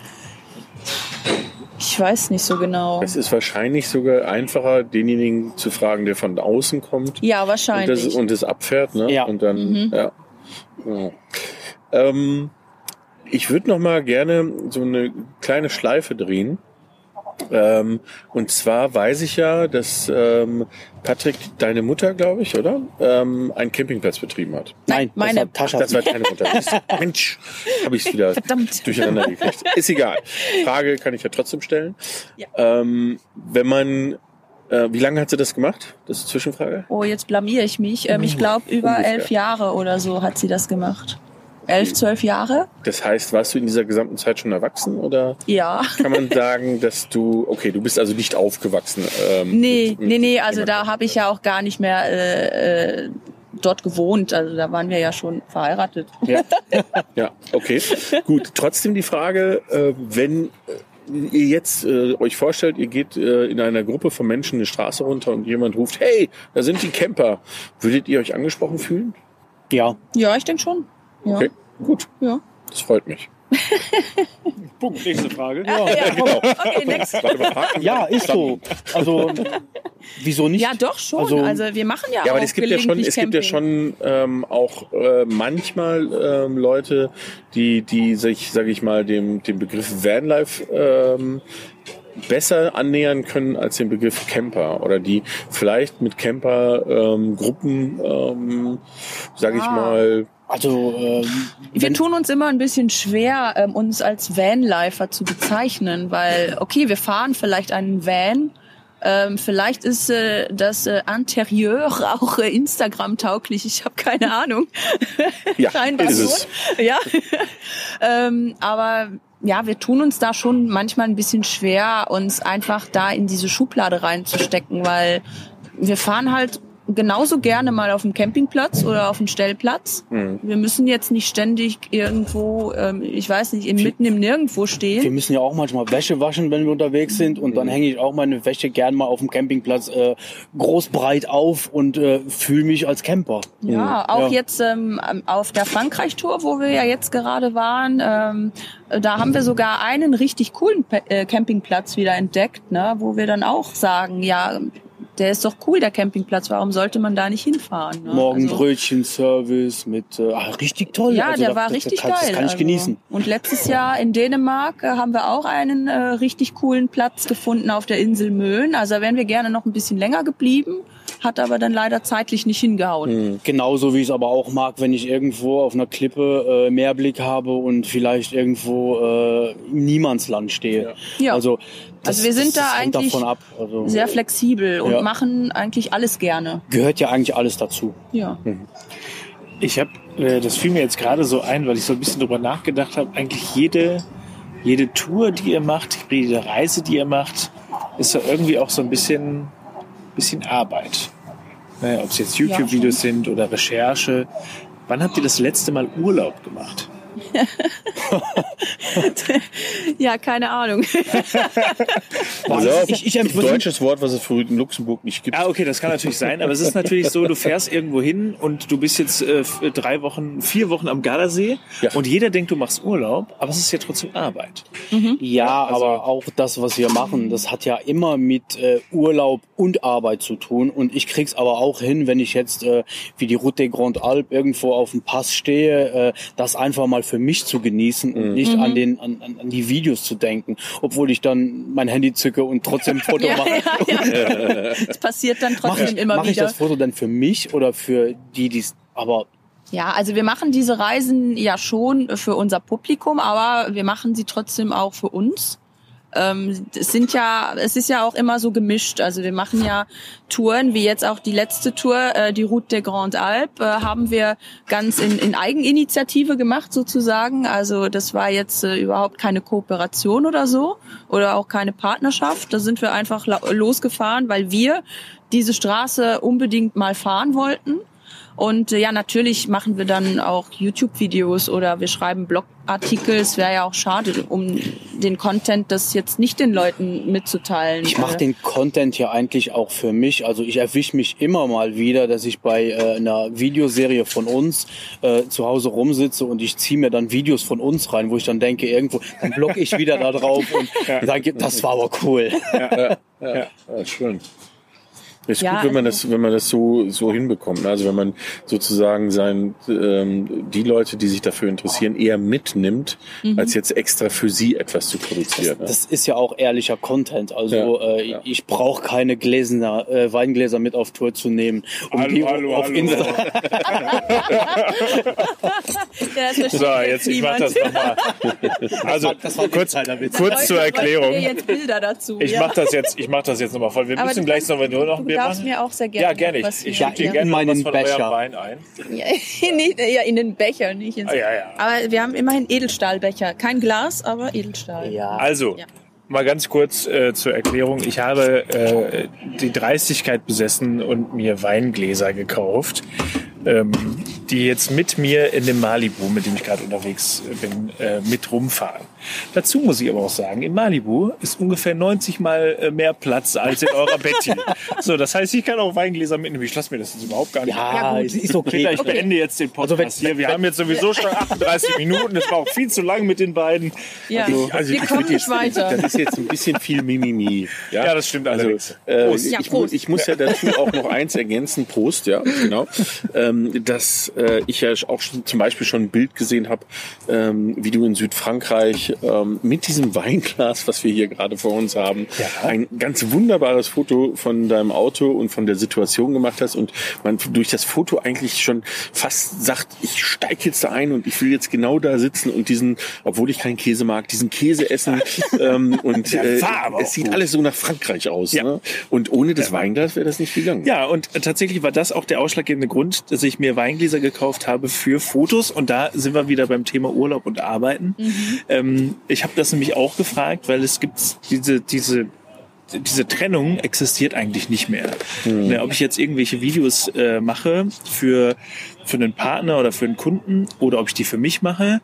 Ich weiß nicht so genau.
Es ist wahrscheinlich sogar einfacher, denjenigen zu fragen, der von außen kommt
Ja,
und
wahrscheinlich. Mhm.
das, und das abfährt. Ne?
Ja.
Und dann, ja. ja. Ähm, ich würde noch mal gerne so eine kleine Schleife drehen. Ähm, und zwar weiß ich ja, dass ähm, Patrick, deine Mutter, glaube ich, oder? Ähm, einen Campingplatz betrieben hat.
Nein,
Nein, meine-
Das war
Das war
Tascha.
keine
[laughs]
Mutter. Mensch, habe ich wieder
Verdammt.
durcheinander gekriegt. Ist egal. Frage kann ich ja trotzdem stellen.
Ja.
Ähm, wenn man, äh, wie lange hat sie das gemacht? Das ist eine Zwischenfrage.
Oh, jetzt blamier ich mich. Ähm, ich glaube, über
Ungefähr.
elf Jahre oder so hat sie das gemacht. Elf, zwölf Jahre?
Das heißt, warst du in dieser gesamten Zeit schon erwachsen oder
Ja.
kann man sagen, dass du, okay, du bist also nicht aufgewachsen? Ähm,
[laughs] Nee,
mit- mit
nee, nee, also da
jemandem.
habe ich ja auch gar nicht mehr äh, äh, dort gewohnt. Also da waren wir ja schon verheiratet.
Ja, okay. Gut, trotzdem die Frage, äh, wenn äh, ihr jetzt äh, euch vorstellt, ihr geht äh, in einer Gruppe von Menschen eine Straße runter und jemand ruft, hey, da sind die Camper, würdet ihr euch angesprochen fühlen?
Ja,
Ja, ich denke schon. Ja.
Okay, gut,
Ja.
das freut mich.
Punkt. Nächste Frage.
[laughs]
Ja, okay, next.
Warte mal, Haken.
ja, ist so. Also, wieso nicht?
ja, doch schon. Also,
Also-
wir machen ja,
Ja, aber
auch
es gibt ja schon,
gelegentlich
es gibt ja
Camping.
schon ähm, auch äh, manchmal ähm, Leute, die, die sich, sage ich mal, dem, dem Begriff Vanlife ähm, besser annähern können als den Begriff Camper oder die vielleicht mit Camper ähm, Gruppen, ähm, sage ich
Ah.
mal,
Also, ähm,
Wir tun uns immer ein bisschen schwer, ähm, uns als Vanlifer zu bezeichnen, weil, okay, wir fahren vielleicht einen Van. Ähm, vielleicht ist äh, das äh, Interieur auch äh, Instagram-tauglich. Ich habe keine Ahnung.
ja,
[laughs] Scheinbar
ist
schon.
es.
Ja. ähm, aber ja, wir tun uns da schon manchmal ein bisschen schwer, uns einfach da in diese Schublade reinzustecken, weil wir fahren halt genauso gerne mal auf dem Campingplatz oder auf dem Stellplatz. Wir müssen jetzt nicht ständig irgendwo, ähm, ich weiß nicht, inmitten im Nirgendwo
Wir
stehen.
müssen ja auch manchmal Wäsche waschen, wenn wir unterwegs sind. Und
Mhm.
dann hänge ich auch meine Wäsche gern mal auf dem Campingplatz äh, groß breit auf und äh, fühle mich als Camper.
Ja, auch
Mhm. Ja.
jetzt ähm, auf der Frankreich-Tour, wo wir ja jetzt gerade waren, ähm, da haben wir sogar einen richtig coolen Pe äh, Campingplatz wieder entdeckt, ne, wo wir dann auch sagen, ja, der ist doch cool, der Campingplatz, warum sollte man da nicht hinfahren? Ne?
Morgen
Also-
Brötchen-Service mit, äh, ah, richtig toll.
Ja,
Also
der
das-
war
das-
richtig
das,
geil.
Das kann ich
also.
genießen.
Und letztes Jahr in Dänemark äh, haben wir auch einen äh, richtig coolen Platz gefunden auf der Insel Möhn. Also da wären wir gerne noch ein bisschen länger geblieben, hat aber dann leider zeitlich nicht hingehauen.
Genauso wie ich es aber auch mag, wenn ich irgendwo auf einer Klippe äh, Meerblick habe und vielleicht irgendwo äh, im Niemandsland stehe.
Ja.
Also, das,
Also wir sind
das,
da
das hängt
eigentlich
davon ab. Also,
Sehr flexibel und
Ja.
machen eigentlich alles gerne.
gehört ja eigentlich alles dazu.
Ja.
Ich habe, äh, das fiel mir jetzt gerade so ein, weil ich so ein bisschen drüber nachgedacht habe, eigentlich jede, jede Tour, die ihr macht, jede Reise, die ihr macht, ist ja irgendwie auch so ein bisschen, bisschen Arbeit. Ne, Ob es jetzt YouTube-Videos sind oder Recherche. Wann habt ihr das letzte Mal Urlaub gemacht?
Ja, keine Ahnung.
Urlaub,
ich- ich empfinde-
deutsches Wort, was es für in Luxemburg nicht gibt.
Ah, okay, das kann natürlich sein, aber es ist natürlich so, du fährst irgendwo hin und du bist jetzt äh, f- drei Wochen, vier Wochen am Gardasee
Ja.
und jeder denkt, du machst Urlaub, aber es ist ja trotzdem Arbeit.
Ja, aber auch das, was wir machen, das hat ja immer mit äh, Urlaub und Arbeit zu tun. Und ich krieg's aber auch hin, wenn ich jetzt äh, wie die Route des Grand Alp irgendwo auf dem Pass stehe, äh, das einfach mal für mich zu genießen und nicht
Mhm.
an den an, an, an die Videos zu denken, obwohl ich dann mein Handy zücke und trotzdem
[laughs]
ein Foto
[laughs] Ja,
mache.
ja,
[laughs]
ja. Das passiert dann
Mache
trotzdem
ich,
immer
mach ich
wieder.
das Foto dann für mich oder für die, die's? aber
Ja, also wir machen diese Reisen ja schon für unser Publikum, aber wir machen sie trotzdem auch für uns. ähm, es sind ja, es ist ja auch immer so gemischt. Also wir machen ja Touren, wie jetzt auch die letzte Tour, äh, die Route der Grande Alpe, äh, haben wir ganz in, in Eigeninitiative gemacht sozusagen. Also das war jetzt äh, überhaupt keine Kooperation oder so oder auch keine Partnerschaft. Da sind wir einfach la- losgefahren, weil wir diese Straße unbedingt mal fahren wollten. Und äh, ja, natürlich machen wir dann auch YouTube-Videos oder wir schreiben Blogartikel. Es wäre ja auch schade, um den Content das jetzt nicht den Leuten mitzuteilen. Äh,
Ich mache den Content ja eigentlich auch für mich. Also ich erwische mich immer mal wieder, dass ich bei äh, einer Videoserie von uns äh, zu Hause rumsitze und ich ziehe mir dann Videos von uns rein, wo ich dann denke, irgendwo, dann blogge ich wieder da drauf und
[laughs]
sage, das war aber cool.
Ja, ja, schön. Ist
Ja,
gut, wenn man
also-
das, wenn man das so, so hinbekommt. Also wenn man sozusagen sein, ähm, die Leute, die sich dafür interessieren, eher mitnimmt,
Mhm.
als jetzt extra für sie etwas zu produzieren. ne?
Das ist ja auch ehrlicher Content. Also
Ja,
äh,
ja.
ich brauche keine Gläser, äh, Weingläser mit auf Tour zu nehmen, um
Hallo,
die
hallo,
auf
hallo.
Insta
[laughs] Ja, das
So, jetzt ich mach das nochmal.
[laughs]
Also
Das war ein
kurz,
Insiderwitz.
kurz zur Erklärung.
jetzt Bilder dazu.
Ich
ja.
mach das jetzt, ich mach das jetzt nochmal voll. Wir
Aber
müssen
du
gleich
kannst-
noch, wenn du noch ein
du
Bier
darfst
machen.
mir auch sehr gerne
Ja, gerne.
was
Ich, ich
hier-
schütte dir
Ja,
gerne
in
was
meinen
von eurem
Becher.
Wein ein.
Ja, nicht, ja, [laughs] in den Becher, nicht ins
Ah, ja, ja.
Aber wir haben immerhin Edelstahlbecher. Kein Glas, aber Edelstahl.
Ja.
Also,
Ja.
mal ganz kurz äh, zur Erklärung. Ich habe äh, die Dreistigkeit besessen und mir Weingläser gekauft, ähm, die jetzt mit mir in dem Malibu, mit dem ich gerade unterwegs bin, äh, mit rumfahren. Dazu muss ich aber auch sagen, in Malibu ist ungefähr 90 mal äh, mehr Platz als in eurer Betty. So, das heißt, ich kann auch Weingläser mitnehmen. Ich lasse mir das jetzt überhaupt gar nicht
Ja,
Ja, gut.
es ist okay.
ich beende jetzt den Podcast
Also wenn-
hier. Wir haben jetzt
[laughs]
sowieso schon 38 Minuten. Das war auch viel zu lang mit den beiden.
Ja.
Also
wir
ich
kommen
würd
nicht
jetzt- Das
weiter.
ist jetzt ein bisschen viel Mimimi.
Ja, das stimmt allerdings.
Äh,
Prost.
Ich,
Ja,
mu-
Prost.
ich muss ja dazu auch noch eins ergänzen. Prost, ja, genau. ähm, dass äh, ich ja auch schon, zum Beispiel schon ein Bild gesehen habe, ähm, wie du in Südfrankreich ähm, mit diesem Weinglas, was wir hier gerade vor uns haben, ein ganz wunderbares Foto von deinem Auto und von der Situation gemacht hast und man durch das Foto eigentlich schon fast sagt, ich steige jetzt da ein und ich will jetzt genau da sitzen und diesen, obwohl ich keinen Käse mag, diesen Käse
[laughs]
essen ähm, und
Der
äh,
war aber auch
es sieht
gut.
alles so nach Frankreich aus.
Ja.
Ne? Und ohne das Weinglas wäre das nicht gegangen.
Ja, und tatsächlich war das auch der ausschlaggebende Grund, dass ich mir Weingläser gekauft habe für Fotos. Und da sind wir wieder beim Thema Urlaub und Arbeiten. Ähm, ich habe das nämlich auch gefragt, weil es gibt diese, diese diese Trennung existiert eigentlich nicht mehr. Ne, ob ich jetzt irgendwelche Videos äh, mache für, für einen Partner oder für einen Kunden oder ob ich die für mich mache,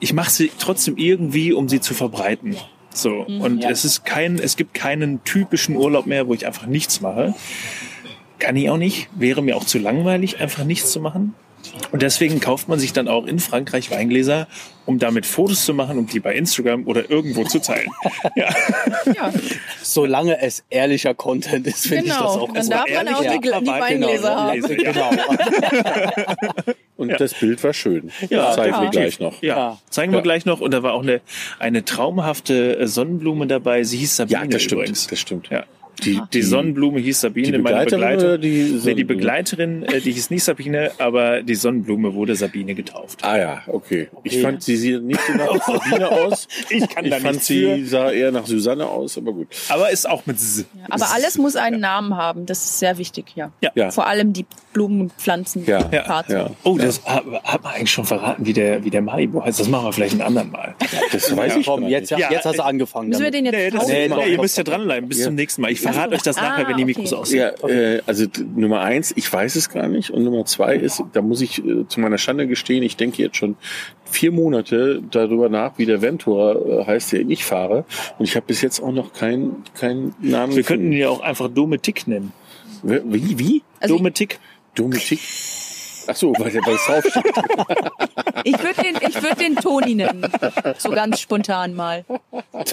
ich mache sie trotzdem irgendwie, um sie zu verbreiten. So. Und es ist kein, es gibt keinen typischen Urlaub mehr, wo ich einfach nichts mache. Kann ich auch nicht. Wäre mir auch zu langweilig, einfach nichts zu machen. Und deswegen kauft man sich dann auch in Frankreich Weingläser, um damit Fotos zu machen, um die bei Instagram oder irgendwo zu
[laughs]
teilen. ja.
Ja,
Solange es ehrlicher Content ist, finde ich
Genau.
das auch
Dann
gut.
darf man auch die, Gla- die Weingläser haben.
genau, genau.
Und das Bild war schön.
Ja,
das zeigen wir
definitiv.
gleich noch.
Ja,
Ja.
zeigen wir gleich noch. Und da war auch eine, eine traumhafte äh, Sonnenblume dabei. Sie hieß Sabine
Ja, das stimmt.
übrigens.
Das stimmt.
Ja. Die, die Sonnenblume hieß Sabine,
die
meine
Begleiterin oder
Begleiterin.
die
nee, die
Sonnenblume?
Begleiterin, äh, die hieß nicht Sabine, aber die Sonnenblume wurde Sabine getauft.
Ah ja, okay. Ich fand, sie sieht nicht so nach
[laughs]
Sabine aus.
Ich kann
Ich
da
fand,
nichts
sie sah eher nach Susanne aus, aber gut.
Aber ist auch mit S.
aber alles muss einen Namen haben. Das ist sehr wichtig, ja.
Ja.
Ja.
Vor allem die Blumen und Pflanzen.
Ja,
Ja.
Parts.
ja.
Oh, das hat, hat man eigentlich schon verraten, wie der, wie der Malibu heißt. Das machen wir vielleicht ein andermal.
Das weiß ich
Komm,
gar
jetzt,
nicht. genau.
Ja,
jetzt hast du
äh,
angefangen.
Müssen wir
damit.
den jetzt
Nee, das,
Nee,
nee,
doch,
ihr
doch,
müsst ja dranbleiben bis
Ja.
zum nächsten Mal. Ich verrate euch das
Ah,
nachher, wenn die
okay.
Mikros aus sind.
Ja, äh, also d- Nummer eins, ich weiß es gar nicht. Und Nummer zwei ist, da muss ich äh, zu meiner Schande gestehen, ich denke jetzt schon vier Monate darüber nach, wie der Ventor äh, heißt, den ich fahre. Und ich habe bis jetzt auch noch keinen keinen Namen.
Wir könnten ihn
gefunden.
ja auch einfach Dometik nennen.
Wie? wie?
Also-
Dometik?
Domitik? Ach so, weil der bei draufsteht.
Ich würde den, ich würd den Toni nennen. So ganz spontan mal.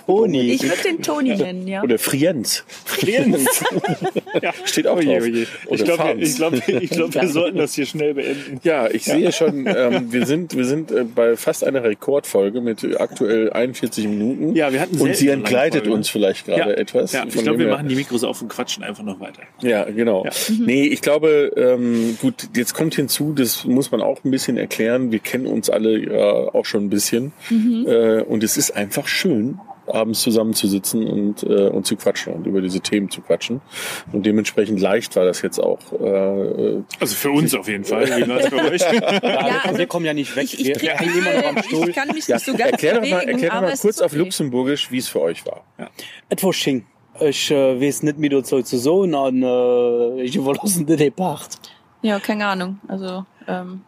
Toni.
Ich würde den Toni nennen, ja.
Oder Frienz. [laughs]
Frienz. ja. Oh
Steht auch
Oje,
drauf.
oje. Ich
Oder
glaube,
Farms. [laughs]
ich glaub, ich glaub, wir sollten das hier schnell beenden.
Ja, ich sehe schon, ähm, wir sind, wir sind äh, bei fast einer Rekordfolge mit aktuell 41 Minuten.
Ja, wir hatten
Und
selten
sie
eine lange
entgleitet
Folge.
uns vielleicht gerade etwas.
Ja, ich
Von
glaube,
dem
wir
her-
machen die Mikros auf und quatschen einfach noch weiter.
Ja, genau. Nee, ich glaube, ähm, gut, jetzt kommt hinzu, das muss man auch ein bisschen
Mhm.
erklären. Wir kennen uns alle ja auch schon ein bisschen. Äh, und es ist einfach schön, abends zusammenzusitzen und, äh, und zu quatschen und über diese Themen zu quatschen. Und dementsprechend leicht war das jetzt auch. Äh,
Also für uns auf jeden Fall. [laughs] Wie war es für euch?
Ja,
also
äh, wir kommen ja nicht weg.
Ich, ich,
wir
krieg-
hängen immer noch am Stuhl.
ich kann mich
ja,
nicht so ganz
erklär doch
bewegen,
mal, erklär doch
aber
mal
es
kurz
ist
auf
okay.
Luxemburgisch, wie es für euch war.
Etwas sching. Ich äh, weiß nicht, wie du zu so an äh, ich überlassen den Depart.
Ja, keine Ahnung. Also ähm,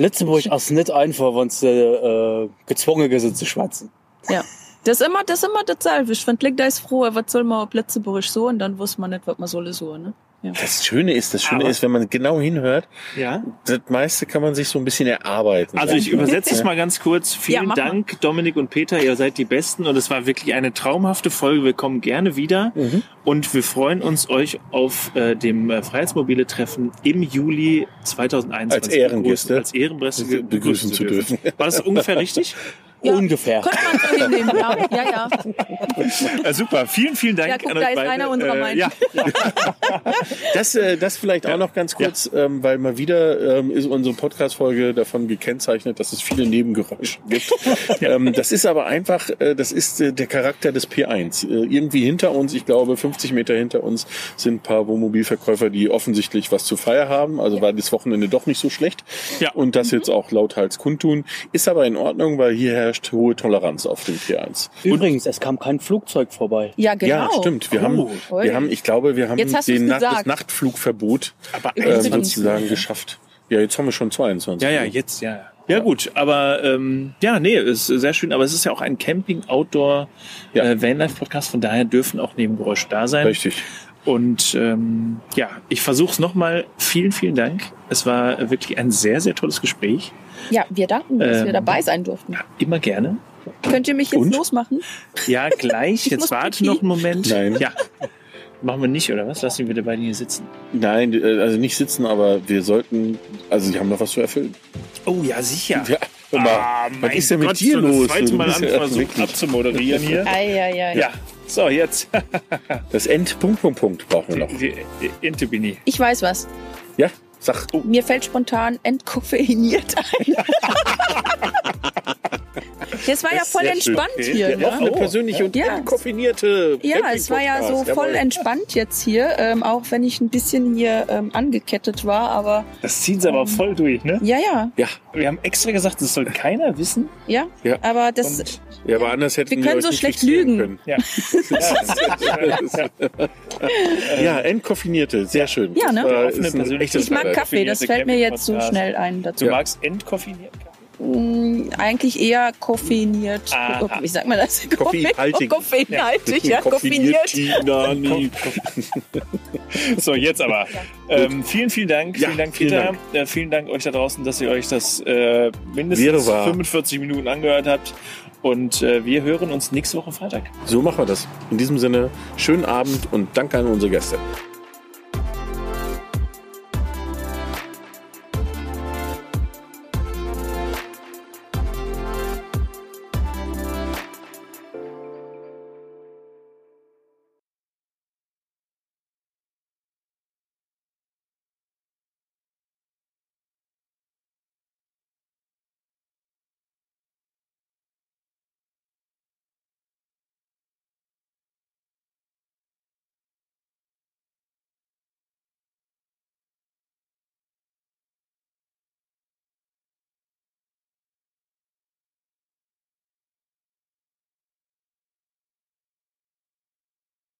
Letzteburg ist nicht einfach, wenn du äh, gezwungen bist zu schwatzen.
ja. Das ist immer, das ist immer dasselbe. Ich finde, da ist froh, was soll man auf Letzteburg so und dann wusste man nicht, was man solle so, ne? Ja.
Das Schöne ist, das Schöne
Aber-
ist, wenn man genau hinhört,
Ja.
das meiste kann man sich so ein bisschen erarbeiten.
Also ich
Sag mal.
übersetze [laughs] es mal ganz kurz.
Ja,
Vielen
mach mal.
Dank, Dominik und Peter, ihr seid die Besten und es war wirklich eine traumhafte Folge. Wir kommen gerne wieder und wir freuen uns, euch auf äh, dem äh, Freiheitsmobile-Treffen im Juli 2021
Als Ehrengäste.
begrüßen- als Ehrenbrüste
Begrüßen
begrüßen
zu
zu dürfen. War das ungefähr [laughs] richtig?
Ja.
Ungefähr.
Könnte man so
[laughs]
hinnehmen, ja. Ja, ja.
Äh, super, vielen, vielen Dank.
Ja, guck,
an euch
da ist
beide.
einer unserer
Äh,
Meinung.
ja.
Das, äh, das vielleicht auch noch ganz kurz, ähm, weil mal wieder ähm, ist unsere Podcast-Folge davon gekennzeichnet, dass es viele Nebengeräusche gibt. ähm, das ist aber einfach, äh, das ist äh, der Charakter des P1. Äh, irgendwie hinter uns, ich glaube 50 Meter hinter uns, sind ein paar Wohnmobilverkäufer, die offensichtlich was zu feiern haben. Also war das Wochenende doch nicht so schlecht.
Ja.
Und das jetzt auch lauthals kundtun. Ist aber in Ordnung, weil hier herrscht hohe Toleranz auf dem P1.
Übrigens, es kam kein Flugzeug vorbei.
ja, genau.
Ja, stimmt. Wir, haben, wir
Ui.
haben, ich glaube, wir haben
Jetzt hast du's
den Nacht das
gesagt.
Nachtflugverbot
Aber
ähm,
21
sozusagen geschafft. Ja, jetzt haben wir schon 22.
Ja, ja, jetzt, ja. ja. Ja gut, aber ähm, ja, nee, ist sehr schön. Aber es ist ja auch ein Camping-Outdoor-Vanlife-Podcast,
Ja.
äh, Vanlife-Podcast, von daher dürfen auch Nebengeräusche da sein.
Richtig.
Und ähm, ja, ich versuche es nochmal. Vielen, vielen Dank. Es war wirklich ein sehr, sehr tolles Gespräch.
Ja, wir danken, dass
Ähm,
wir dabei sein durften.
Immer gerne.
Könnt ihr mich jetzt
und?
losmachen? [laughs]
Ja, gleich.
Ich
Jetzt
muss
warte
pipi.
noch einen Moment.
Nein.
Ja. Machen wir nicht, oder was? Lass ihn bitte bei hier sitzen.
Nein, äh, also nicht sitzen, aber wir sollten, also die haben noch was zu erfüllen.
Oh ja, sicher. Ah,
Ja, hör mal, was ist denn mit dir
so
los?
Das zweite
Du
Mal
bist
an,
ja
versucht
wirklich-
abzumoderieren hier.
[laughs] Eieiei.
Ja, so jetzt.
Das End, Punkt, Punkt, Punkt brauchen wir noch.
Die- die Intibini.
Ich weiß was.
Ja, sag.
Oh.
Mir fällt spontan entkoffeiniert ein. Das war ja voll
sehr schön.
entspannt hier.
Der
Ne?
Oh.
offene, persönliche und
Ja.
koffinierte.
Ja, es war ja so voll entspannt jetzt hier, ähm, auch wenn ich ein bisschen hier ähm, angekettet war, aber
Das ziehen sie aber voll durch, ne?
ja, ja,
Ja,
Wir haben extra gesagt, das soll keiner wissen.
ja.
Ja.
Aber das,
ja, aber anders hätten
Wir
wir
können
euch
so
nicht
schlecht
fixieren
lügen.
können.
Ja.
Ja, entkoffinierte, sehr schön.
Ja, ne?
Das war,
Offene
ist ein
persönliche-
echtes
ich mag
Highlight.
Kaffee, das fällt mir jetzt so
Podcast.
schnell
Du
ein dazu.
magst entkoffiniert Kaffee?
Mm, eigentlich eher koffeiniert. Oh,
Aha.
Wie sagt man das?
Koffeinhaltig.
[laughs] Koffeinhaltig, ja, koffiniert.
Koffiniert.
[laughs] So, jetzt aber. Ähm, vielen, vielen Dank.
Ja,
vielen Dank,
vielen
Peter.
Dank.
Äh, vielen Dank euch da draußen, dass ihr euch das äh, mindestens
Wäre wahr.
45 Minuten angehört habt. Und äh, wir hören uns nächste Woche Freitag.
So machen wir das. In diesem Sinne, schönen Abend und danke an unsere Gäste.